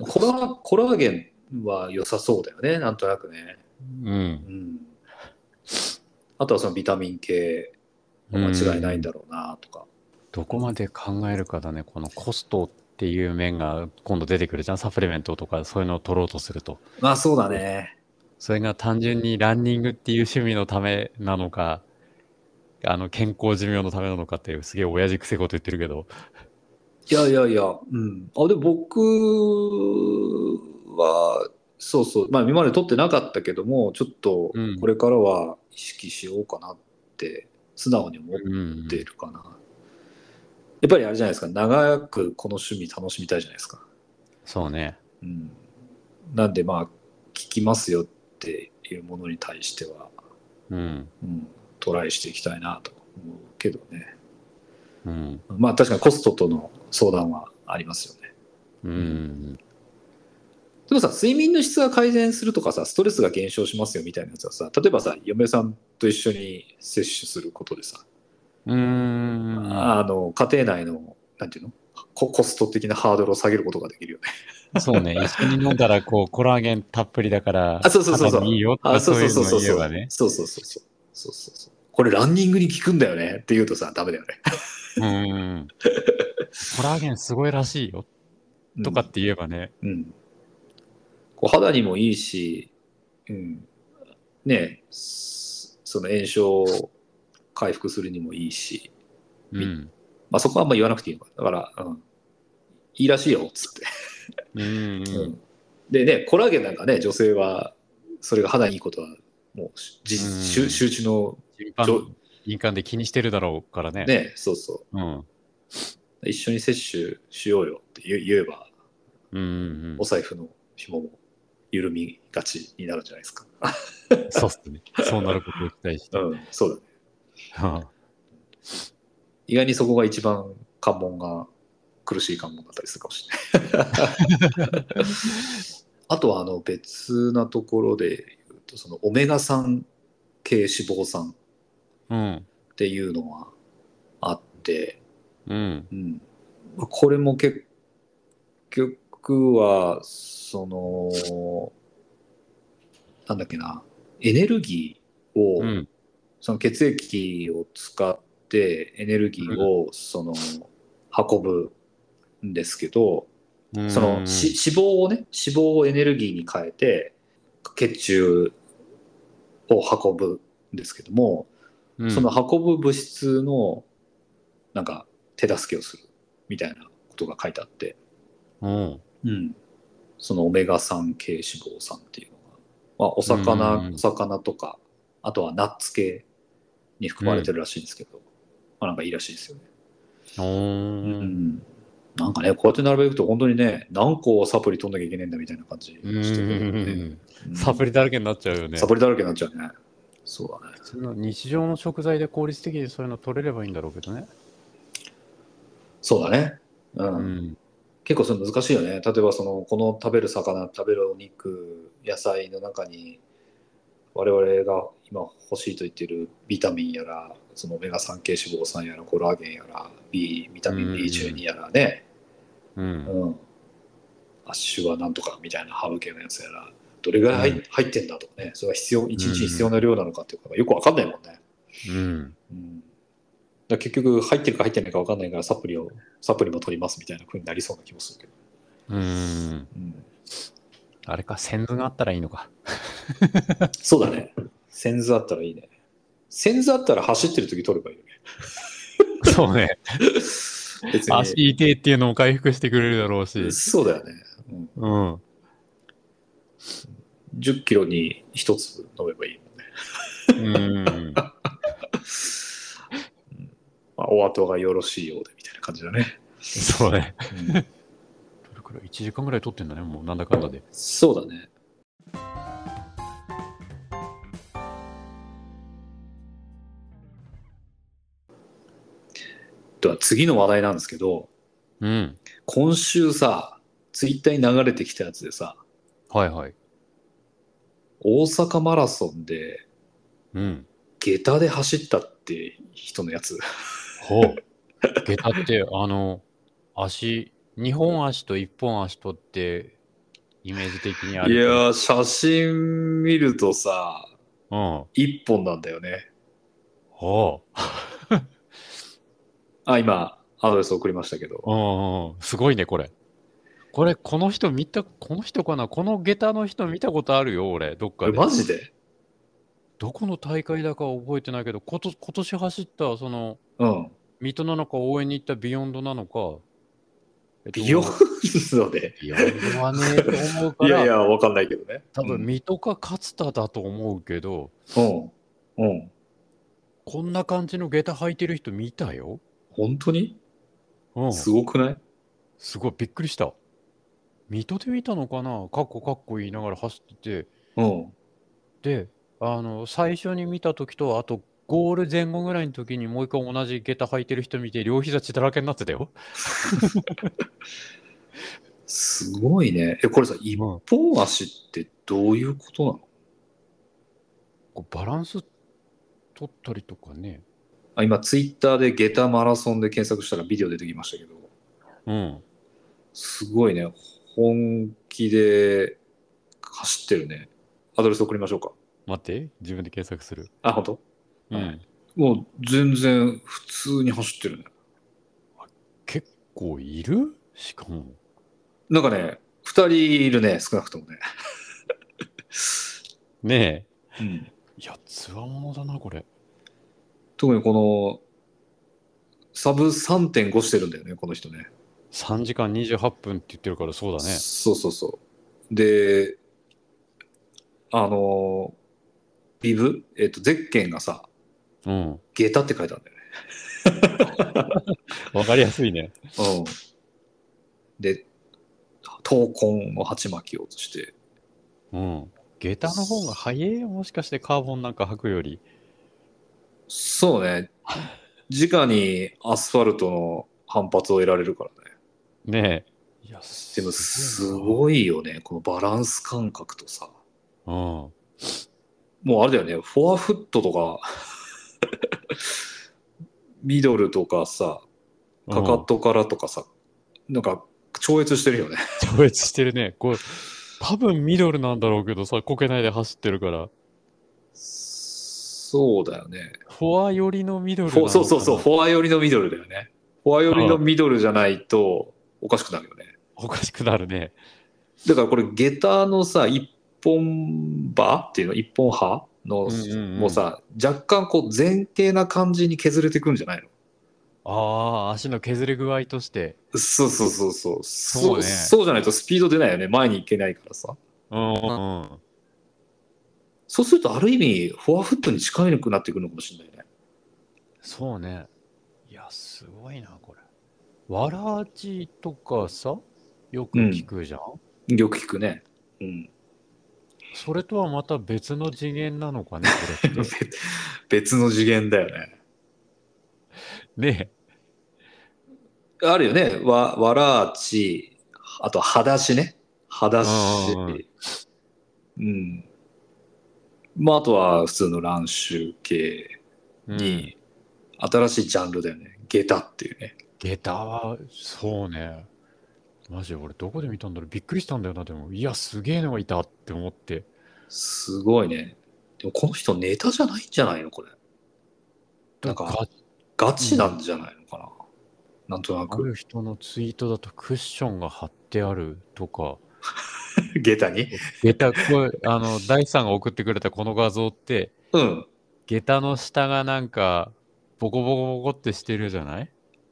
S2: コラコラーゲンは良さそうだよね、なんとなくね。
S1: うん。うん
S2: うん。あとはそのビタミン系、間違いないんだろうなとか。
S1: どこまで考えるかだね、このコストっていう面が今度出てくるじゃん、サプリメントとかそういうのを取ろうとすると。
S2: まあそうだね。
S1: それが単純にランニングっていう趣味のためなのか、あの健康寿命のためなのかってすげえ親父くせえこと言ってるけど。
S2: いやいやいや、うん。あ、で、僕は、そうそう、まあ今まで撮ってなかったけども、ちょっと
S1: うん
S2: これからは意識しようかなって、素直に思っ
S1: うん
S2: ているかな。やっぱりあれじゃないですか、長くこの趣味楽しみたいじゃないですか。
S1: そうね。
S2: うん。なんでまあ、聞きますよっていうものに対しては、
S1: うん。
S2: うん、トライしていきたいなと思うけどね。
S1: うん。
S2: まあ確かにコストとの相談はありますよね。
S1: うん。
S2: でもさ、睡眠の質が改善するとかさ、ストレスが減少しますよみたいなやつはさ、例えばさ、嫁さんと一緒に摂取することでさ、
S1: うん。
S2: あの、家庭内の、なんていうのココスト的なハードルを下げることができるよね。
S1: そう ね。一緒に飲んだら、こう、コラーゲンたっぷりだから、
S2: あ、そうそうそうそう。
S1: 肌にいいよと
S2: あ、
S1: か、
S2: そ
S1: そうういう
S2: そ
S1: う
S2: そう
S1: の
S2: そ
S1: を
S2: う
S1: 言
S2: そ
S1: え
S2: う。
S1: ばね。
S2: そうそうそうそう。そうそうそう。これランニングに効くんだよねって言うとさ、ダメだよね。
S1: うん。コラーゲンすごいらしいよ
S2: うん
S1: とかって言えばね。
S2: うん、こう肌にもいいし、うん、ねすその炎症を回復するにもいいし、
S1: うん。
S2: まあ、そこはあんま言わなくていいのかだから、うん、いいらしいよっつっ
S1: うん
S2: て、うんでねコラーゲンなんかね女性はそれが肌にいいことはもうし事
S1: うん
S2: 実周周知の
S1: 敏
S2: じ
S1: 感
S2: ょ
S1: 敏感で気にしてるだろうからね。
S2: ねそうそ
S1: うん。
S2: う一緒に摂取しようよって言言えば
S1: うんうんう
S2: お
S1: ん、
S2: 財布の紐も緩みがちになるんじゃないですか、
S1: そうっすね。そうなることを期待して。
S2: うん、そうだね
S1: うん
S2: 意外にそこが一番関門が苦しい関門だったりするかもしれない。 あとはあの別なところで言うとそのオメガ酸系脂肪酸
S1: うん。
S2: っていうのがあって、
S1: うん。
S2: うん、これも結局はそのなんだっけなエネルギーを、
S1: うん。
S2: その血液を使ってエネルギーをその運ぶんですけど、
S1: うん。
S2: そのし脂肪をね脂肪をエネルギーに変えて血中を運ぶんですけども、
S1: うん
S2: その運ぶ物質のなんか手助けをするみたいなことが書いてあって、
S1: うん
S2: そのオメガ3系脂肪酸っていうのが、まあ、お魚、
S1: うんうん
S2: お魚とかあとはナッツ系に含まれてるらしいんですけど、まあ、なんかいいらしいですよね、
S1: おー
S2: うんなんかねこうやって並べると本当にね何個サプリ取んなきゃいけないんだみたいな感じして
S1: うん
S2: くるよねうん
S1: サプリだらけになっちゃうよね
S2: サ。プリだらけになっちゃうねそうだね
S1: そんな日常の食材で効率的にそういうの取れればいいんだろうけどね。
S2: そうだねう
S1: うんん。
S2: 結構それ難しいよね例えばそのこの食べる魚食べるお肉野菜の中に我々が今欲しいと言ってるビタミンやらそのオメガ3系脂肪酸やらコラーゲンやら B ビタミン
S1: うん
S2: B12 やらね、
S1: う
S2: うん
S1: ん。
S2: アッシュはなんとかみたいなハーブ系のやつやらどれぐらい入,、
S1: うん
S2: 入ってんだとかねそれは必要一日に必要な量なのかっていうのがよくわかんないもんね、
S1: うん。
S2: うん、だから結局入ってるか入ってないかわかんないからサプリをサプリも取りますみたいな風になりそうな気もするけど、
S1: うん。
S2: うん
S1: あれか、線図があったらいいのか。
S2: そうだね。線図あったらいいね。線図あったら走ってる時取ればいいよね。
S1: そうね。
S2: 別
S1: 足
S2: に。
S1: 痛いっていうのも回復してくれるだろうし。
S2: そうだよね。う
S1: う
S2: ん、
S1: ん。
S2: 10キロに1つ飲めばいいもんね。
S1: うん。
S2: まあ、お後がよろしいようでみたいな感じだね。
S1: そうね。
S2: うん
S1: どれくらい ?1 時間ぐらい取ってんだね、もうなんだかんだで。
S2: そうだね。では次の話題なんですけど、
S1: うん。
S2: 今週さ、ツイッターに流れてきたやつでさ、
S1: はいはい。
S2: 大阪マラソンで
S1: うん。
S2: 下駄で走ったって人のやつ
S1: ほう。下駄って、あの、足、2本足と1本足とって、イメージ的にあ
S2: い
S1: る。
S2: やー写真見るとさ
S1: うん。ほ
S2: 一本なんだよね
S1: う。
S2: あ今アドレス送りましたけど
S1: うんうん。すごいね、これ。これ、この人見た、この人かなこの下駄の人見たことあるよ、俺、どっか
S2: え
S1: で。
S2: マジで
S1: どこの大会だかは覚えてないけど、こと今年走った、その、
S2: うん
S1: 水戸なのか、応援に行ったビヨンドなのか。えっと
S2: 美容ので
S1: ビヨンドはねえと思うか
S2: い
S1: ら、
S2: やいやわかんないけどね
S1: 多分水戸か勝田だと思うけど、
S2: うんうん、うん、
S1: こんな感じの下駄履いてる人見たよ。
S2: 本当に
S1: うん、
S2: すごくない
S1: すごいびっくりした。水戸で見たのかなかっこかっこ言いながら走ってて、
S2: うん
S1: で、あの、最初に見た時と、あと、ゴール前後ぐらいの時にもう一回同じ下駄履いてる人見て、両膝血だらけになってたよ。
S2: すごいねえこれさ一
S1: こ
S2: 本足ってどういうことなの
S1: うバランス取ったりとかね。
S2: あ今ツイッターで下駄マラソンで検索したらビデオ出てきましたけど
S1: うん。
S2: すごいね。本気で走ってるね。アドレス送りましょうか。
S1: 待って、自分で検索する。
S2: あ、本当？
S1: う
S2: はい
S1: ん。
S2: もう全然普通に走ってるね。
S1: 結構いるしかも。
S2: なんかね、2人いるね、少なくともね。
S1: ね
S2: うん、
S1: え。いや、つわものだな、これ。
S2: 特にこの、サブ3.5してるんだよね、この人ね。
S1: 3時間28分って言ってるからそうだね。
S2: そうそうそう。で、あの、ビブ、えっ、と、ゼッケンがさ、
S1: うん。
S2: 下駄って書いてあるんだよね
S1: わかりやすいね。
S2: うん、で闘魂を鉢巻きをとして
S1: うん。下駄の方が早いよ、もしかしてカーボンなんか履くより。
S2: そうね直にアスファルトの反発を得られるからね
S1: ねえ。いや、
S2: でもすごいよねこのバランス感覚とさ
S1: いな。うん。
S2: もうあれだよねフォアフットとか ミドルとかさかかとからとかさ、なんか超越してるよね
S1: うん超越してるね。これ、多分ミドルなんだろうけどさ、こけないで走ってるから。
S2: そうだよね
S1: フォア寄りのミドルな
S2: フ
S1: の
S2: ォ
S1: かな
S2: そうそうそう、フォア寄りのミドルだよね。フォア寄りのミドルじゃないとおかしくなるよね。
S1: おかしくなるね。
S2: だからこれ、下駄のさ、一本刃っていうの、一本刃の、
S1: うんうんうん
S2: もうさ若干こう前傾な感じに削れてくんじゃないの
S1: ああ、足の削れ具合として。
S2: そうそうそうそう
S1: そうね
S2: そうじゃないとスピード出ないよね前に行けないからさ
S1: うんうんうん。
S2: そうするとある意味フォアフットに近いくなってくるのかもしれないね
S1: そうね。いや、すごいな、これ。わらじとかさ、よく聞くじゃん、
S2: よく聞くね うん
S1: それとはまた別の次元なのかね、こ れって。
S2: 別の次元だよね
S1: ね
S2: あるよね。わ、わらあち、あと、はだしね。はだし
S1: うんうんうん。
S2: うん。まあ、あとは、普通の乱臭系
S1: え。うん。
S2: に、新しいジャンルだよね。下駄っていうね。
S1: 下駄は、そうね。マジで俺どこで見たんだろうびっくりしたんだよな、でも。いや、すげえのがいたって思って。
S2: すごいね。でも、この人ネタじゃないんじゃないのこれ。なんか
S1: ガ
S2: ガチなんじゃないのかな。なんとな
S1: あ
S2: く。
S1: る人のツイートだとクッションが貼ってあるとか、
S2: 下駄に。
S1: 下駄、これ、あの、大地さんが送ってくれたこの画像って、
S2: うん。
S1: 下駄の下がなんか、ボコボコボコってしてるじゃない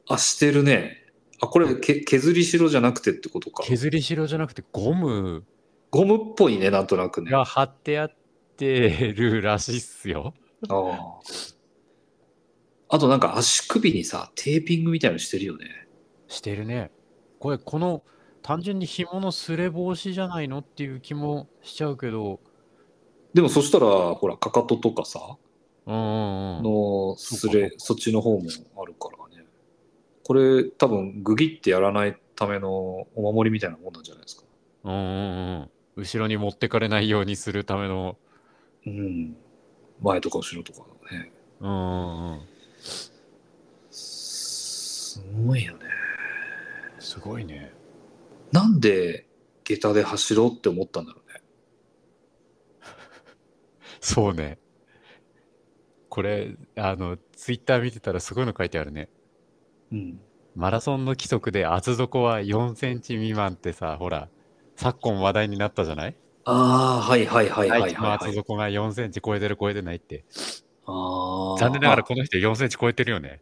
S2: あ、してるね。あ、これ、け削りしろじゃなくてってことか。
S1: 削りしろじゃなくてゴム
S2: ゴムっぽいね、なんとなくね。あ
S1: が貼ってあってるらしいっすよ。
S2: あ。あとなんか足首にさ、テーピングみたいのしてるよね。
S1: してるね。これ、この、単純に紐のすれ防止じゃないのっていう気もしちゃうけど、
S2: でもそしたら、ほら、かかととかさ、
S1: うんうんうん。
S2: のす
S1: そうか
S2: れ、そっちの方もあるからね。これ、多分、グギってやらないためのお守りみたいなもんなんじゃないですか。
S1: うんうんうん。後ろに持ってかれないようにするための、
S2: うん。前とか後ろとかね。
S1: うんうんうん。
S2: すごいよね。
S1: すごいね。
S2: なんで、下駄で走ろうって思ったんだろうね。
S1: そうね。これ、あの、ツイッター見てたらすごいの書いてあるね。
S2: うん。
S1: マラソンの規則で厚底は4センチ未満ってさ、ほら、昨今話題になったじゃない
S2: ああ、はいはいはいはいはい、
S1: まあ
S2: は
S1: 厚
S2: い。
S1: 底が4センチ超えてる超えてないって。
S2: ああ。
S1: 残念ながらこの人4センチ超えてるよね。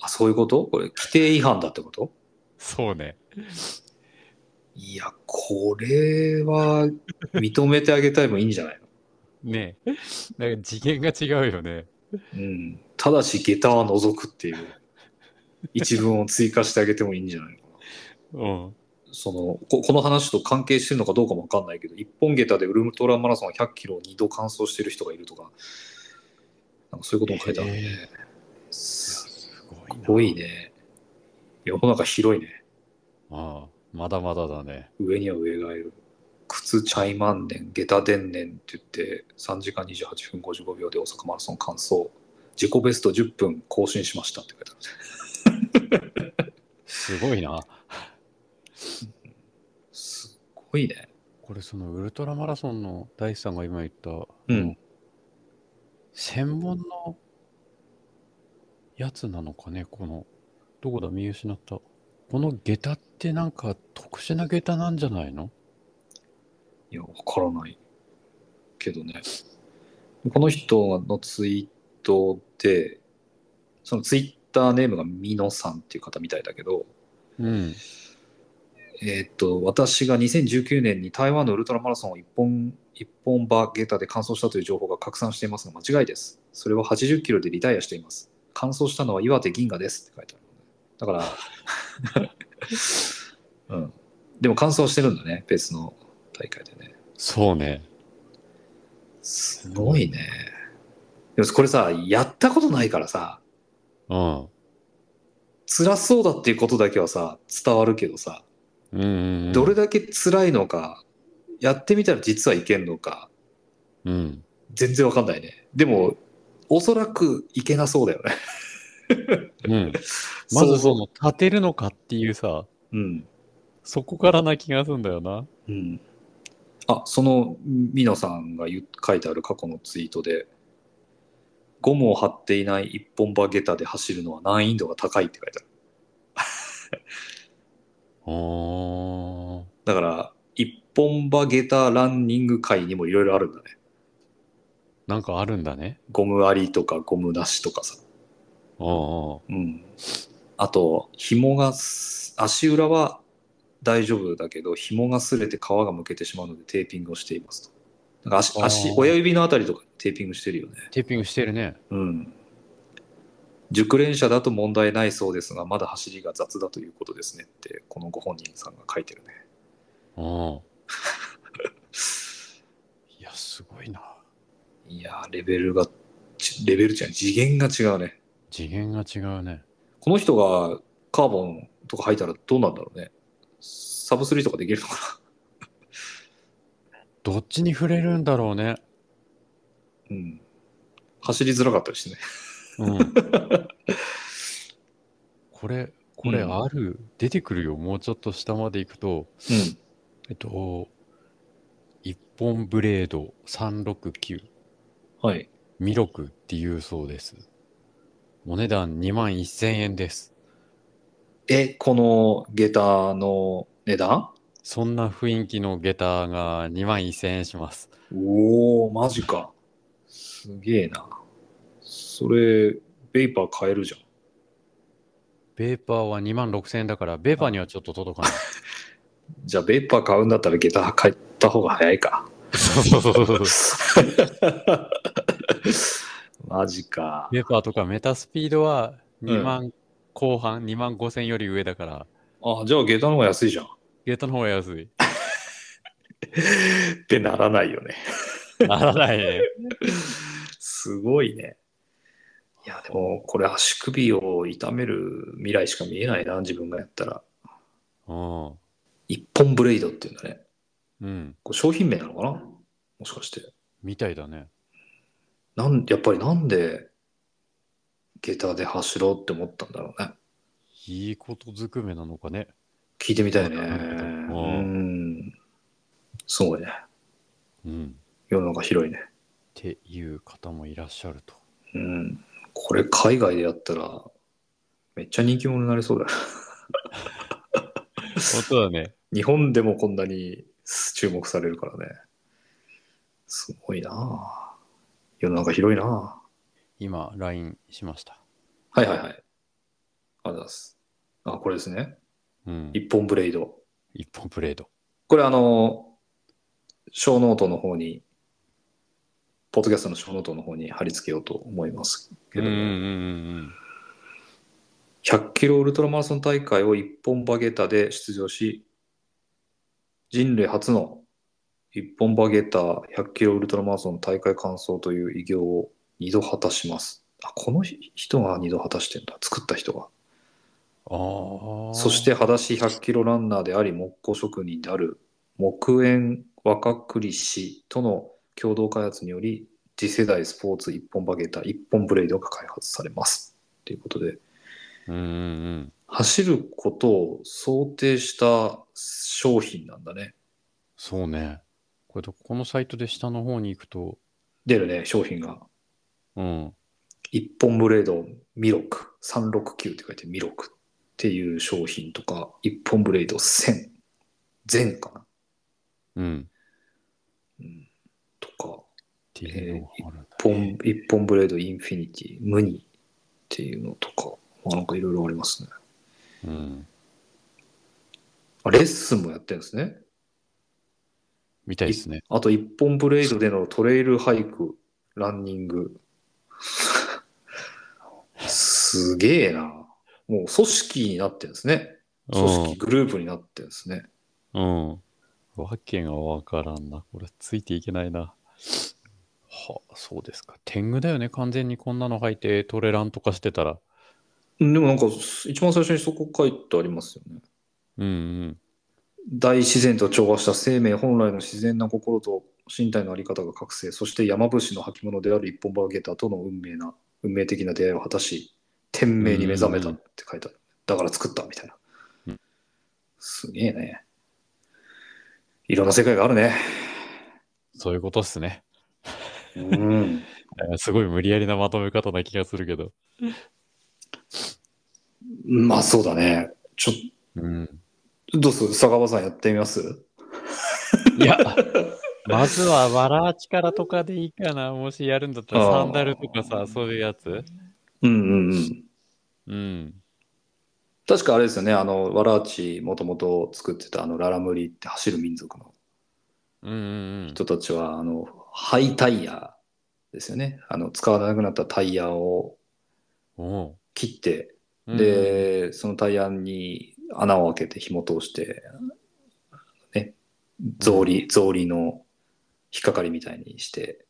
S2: あ、そういうことこれ、規定違反だってこと
S1: そうね。
S2: いや、これは認めてあげたいもいいんじゃないの
S1: ねえ。なんか次元が違うよね。
S2: うん。ただし、下駄は除くっていう一文を追加してあげてもいいんじゃないのかな。
S1: うん。
S2: そのこ、この話と関係してるのかどうかもわかんないけど、一本下駄でウルトラマラソン100キロを2度完走してる人がいるとか、なんかそういうことも書いてあるね。す
S1: すごいな。
S2: ごい。ね。世の中広いね。
S1: ああ、まだまだだね。
S2: 上には上がいる。靴チャイマンネン、下駄伝年って言って、3時間28分55秒で大阪マラソン完走。自己ベスト10分更新しましたって書いてある。
S1: すごいな。
S2: すっごいね。
S1: これそのウルトラマラソンの大地さんが今言った、
S2: うん。
S1: 専門のやつなのかねこのどこだ見失ったこの下駄ってなんか特殊な下駄なんじゃないの
S2: いや、わからないけどね。この人のツイートで、そのツイッターネームがミノさんっていう方みたいだけど、
S1: うん
S2: えーっと、私が2019年に台湾のウルトラマラソンを一本、一本馬ゲータで完走したという情報が拡散していますが間違いです。それは80キロでリタイアしています。完走したのは岩手銀河ですって書いてあるの ね。だから、うん。でも完走してるんだね、別の大会でね。
S1: そうね
S2: すごいね。でもこれさ、やったことないからさ、
S1: うん
S2: 辛そうだっていうことだけはさ、伝わるけどさ、
S1: うんうんうん
S2: どれだけ辛いのか、やってみたら実はいけんのか、
S1: うん
S2: 全然わかんないね。でも、おそらくいけなそうだよ ね。
S1: うんまず
S2: そう
S1: その立てるのかっていうさ
S2: うん。
S1: そこからな気がするんだよな
S2: うん。あ、その、ミノさんが言う書いてある過去のツイートで、ゴムを張っていない一本馬下駄で走るのは難易度が高いって書いてある。
S1: お
S2: だから、一本馬下駄ランニング界にもいろいろあるんだね。
S1: ーなんかあるんだね。
S2: ゴムありとかゴムなしとかさ。
S1: おうおう
S2: うん。あと、紐がす、足裏は大丈夫だけど、紐が擦れて皮がむけてしまうのでテーピングをしていますと。なんか足、
S1: あー
S2: 足、親指のあたりとかテーピングしてるよね。
S1: テーピングしてるね。
S2: うん。熟練者だと問題ないそうですが、まだ走りが雑だということですねって、このご本人さんが書いてるね。
S1: おう いや、すごいな。
S2: いやー、レベルが、ちレベル違う、次元が違うね。
S1: 次元が違うね。
S2: この人がカーボンとか入ったらどうなんだろうね。サブスリーとかできるのか
S1: どっちに触れるんだろうね。
S2: な。うん。走りづらかったりしてね。
S1: うん。これ、これある、出てくるよ。もうちょっと下まで行くと、
S2: うん。
S1: えっと、一本ブレード369
S2: はい。
S1: ミロクっていうそうです。お値段2万1000円です。
S2: え、この下駄の値段
S1: そんな雰囲気の下駄が2万1000円します。
S2: おおマジか。すげえな。それ、ベイパー買えるじゃん。
S1: ベーパーは2万6000円だから、ベーパーにはちょっと届かない。
S2: じゃあ、ベイパー買うんだったら下駄買った方が早いか。
S1: そうそうそうそう。
S2: マジか。
S1: ベーパーとかメタスピードは2
S2: うん
S1: 万後半、2万5000より上だから、
S2: あ、じゃあ下駄の方が安いじゃん。
S1: ゲートの方が安い。
S2: ってならないよね。
S1: ならないね。
S2: すごいね。いや、でも、これ足首を痛める未来しか見えないな、自分がやったら。
S1: うん。
S2: 一本ブレイドっていうんだね。
S1: うん。
S2: これ商品名なのかなもしかして。
S1: みたいだね。
S2: なん、やっぱりなんで、下駄で走ろうって思ったんだろうね。
S1: いいことずくめなのかね。
S2: 聞いてみたいね。
S1: う
S2: うんん。すごいね。
S1: うん。
S2: 世の中広いね。
S1: っていう方もいらっしゃると。
S2: うん。これ海外でやったら、めっちゃ人気者になりそうだよ。
S1: 本当だね。
S2: 日本でもこんなに注目されるからね。すごいなあ世の中広いなあ
S1: 今、LINE しました。
S2: はいはいはい。ありがとうございます。あ、これですね。
S1: うん。
S2: 一本ブレイド。
S1: 一本ブレード。
S2: これあの、小ノートの方に、ポッドキャストの小ノートの方に貼り付けようと思いますけ
S1: うん
S2: ど
S1: う
S2: も、
S1: んうん
S2: 100キロウルトラマラソン大会を一本バゲタで出場し、人類初の一本バゲタ100キロウルトラマラソン大会完走という偉業を二度果たします。あ、この人が二度果たしてんだ。作った人が。
S1: うん。ああ。
S2: そし、て、裸足100キロランナーであり、木工職人である木園若栗氏との共同開発により、次世代スポーツ一本バゲタ、一本ブレードが開発されます。ということで、
S1: うんうんうん。
S2: 走ることを想定した商品なんだね。
S1: そうね。これと、このサイトで下の方に行くと、
S2: 出るね、商品が。
S1: うん。
S2: 一本ブレードミロク、369って書いてミロクっていう商品とか、一本ブレード1000、全かな。
S1: うん。
S2: うん、とか、
S1: っていうのがあるん
S2: 一
S1: だ、ね
S2: 本、一本ブレードインフィニティ、ムニっていうのとか、まあ、なんかいろいろありますね。
S1: うん。
S2: あレッスンもやってるんですね。
S1: みたいですね。
S2: あと一本ブレードでのトレイルハイク、ランニング。すげえな。もう組織になってるんですね。組織、グループになってるんですね。
S1: うん。うん。わけがわからんな。これ、ついていけないな。はあ、そうですか。天狗だよね。完全にこんなの履いてトレランとかしてたら。
S2: でもなんか、一番最初にそこ書いてありますよね。
S1: うんうん。
S2: 大自然と調和した生命本来の自然な心と身体の在り方が覚醒そして山伏の履物である一本バーゲーターとの運命な運命的な出会いを果たし天命に目覚めたって書いてあるだから作ったみたいな、
S1: うん
S2: すげえねいろんな世界があるね
S1: そういうことっすね。
S2: うん
S1: えーすごい無理やりなまとめ方な気がするけど。
S2: まあそうだねちょ
S1: うん。
S2: どうする坂場さんやってみます
S1: いや、まずは、わらちからとかでいいかな。もしやるんだったら、
S2: あー
S1: サンダルとかさ、そういうやつ。
S2: うんうんうん。
S1: うん。
S2: 確かあれですよね、あの、わらあちもともと作ってたあの、ララムリって走る民族の
S1: うんうんうん。
S2: 人たちは、あの、ハイタイヤですよね。あの、使わなくなったタイヤを
S1: お
S2: 切って、
S1: う、
S2: で、そのタイヤに穴を開けて紐通して、ね、草履、草履の引っかかりみたいにして、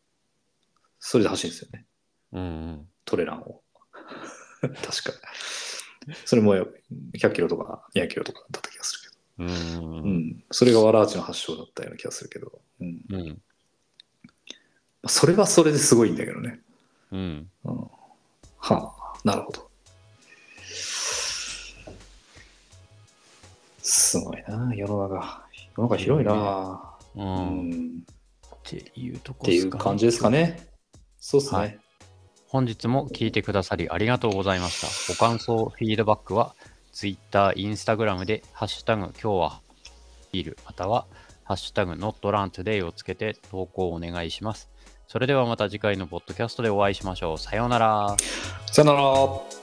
S2: それで走るんですよね。
S1: うんうん。
S2: トレランを。確か。それも100キロとか200キロとかだった気がするけど。
S1: うんうんう
S2: うんん、それがわらあちの発祥だったような気がするけど、うん、
S1: うん。うん。
S2: それはそれですごいんだけどね。
S1: うん。
S2: うん、はあ、なるほど。すごいな、世の中。世の中広いな。
S1: う。
S2: うん
S1: っ
S2: ん、
S1: ていうとこ
S2: っていう感じですかね。そうっすね。
S1: はい本日も聞いてくださりありがとうございました。ご感想、フィードバックは Twitter、Instagram で、ハッシュタグ今日はビール、またはハッシュタグ NotRunToday をつけて投稿をお願いします。それではまた次回のポッドキャストでお会いしましょう。さようなら。
S2: さよなら。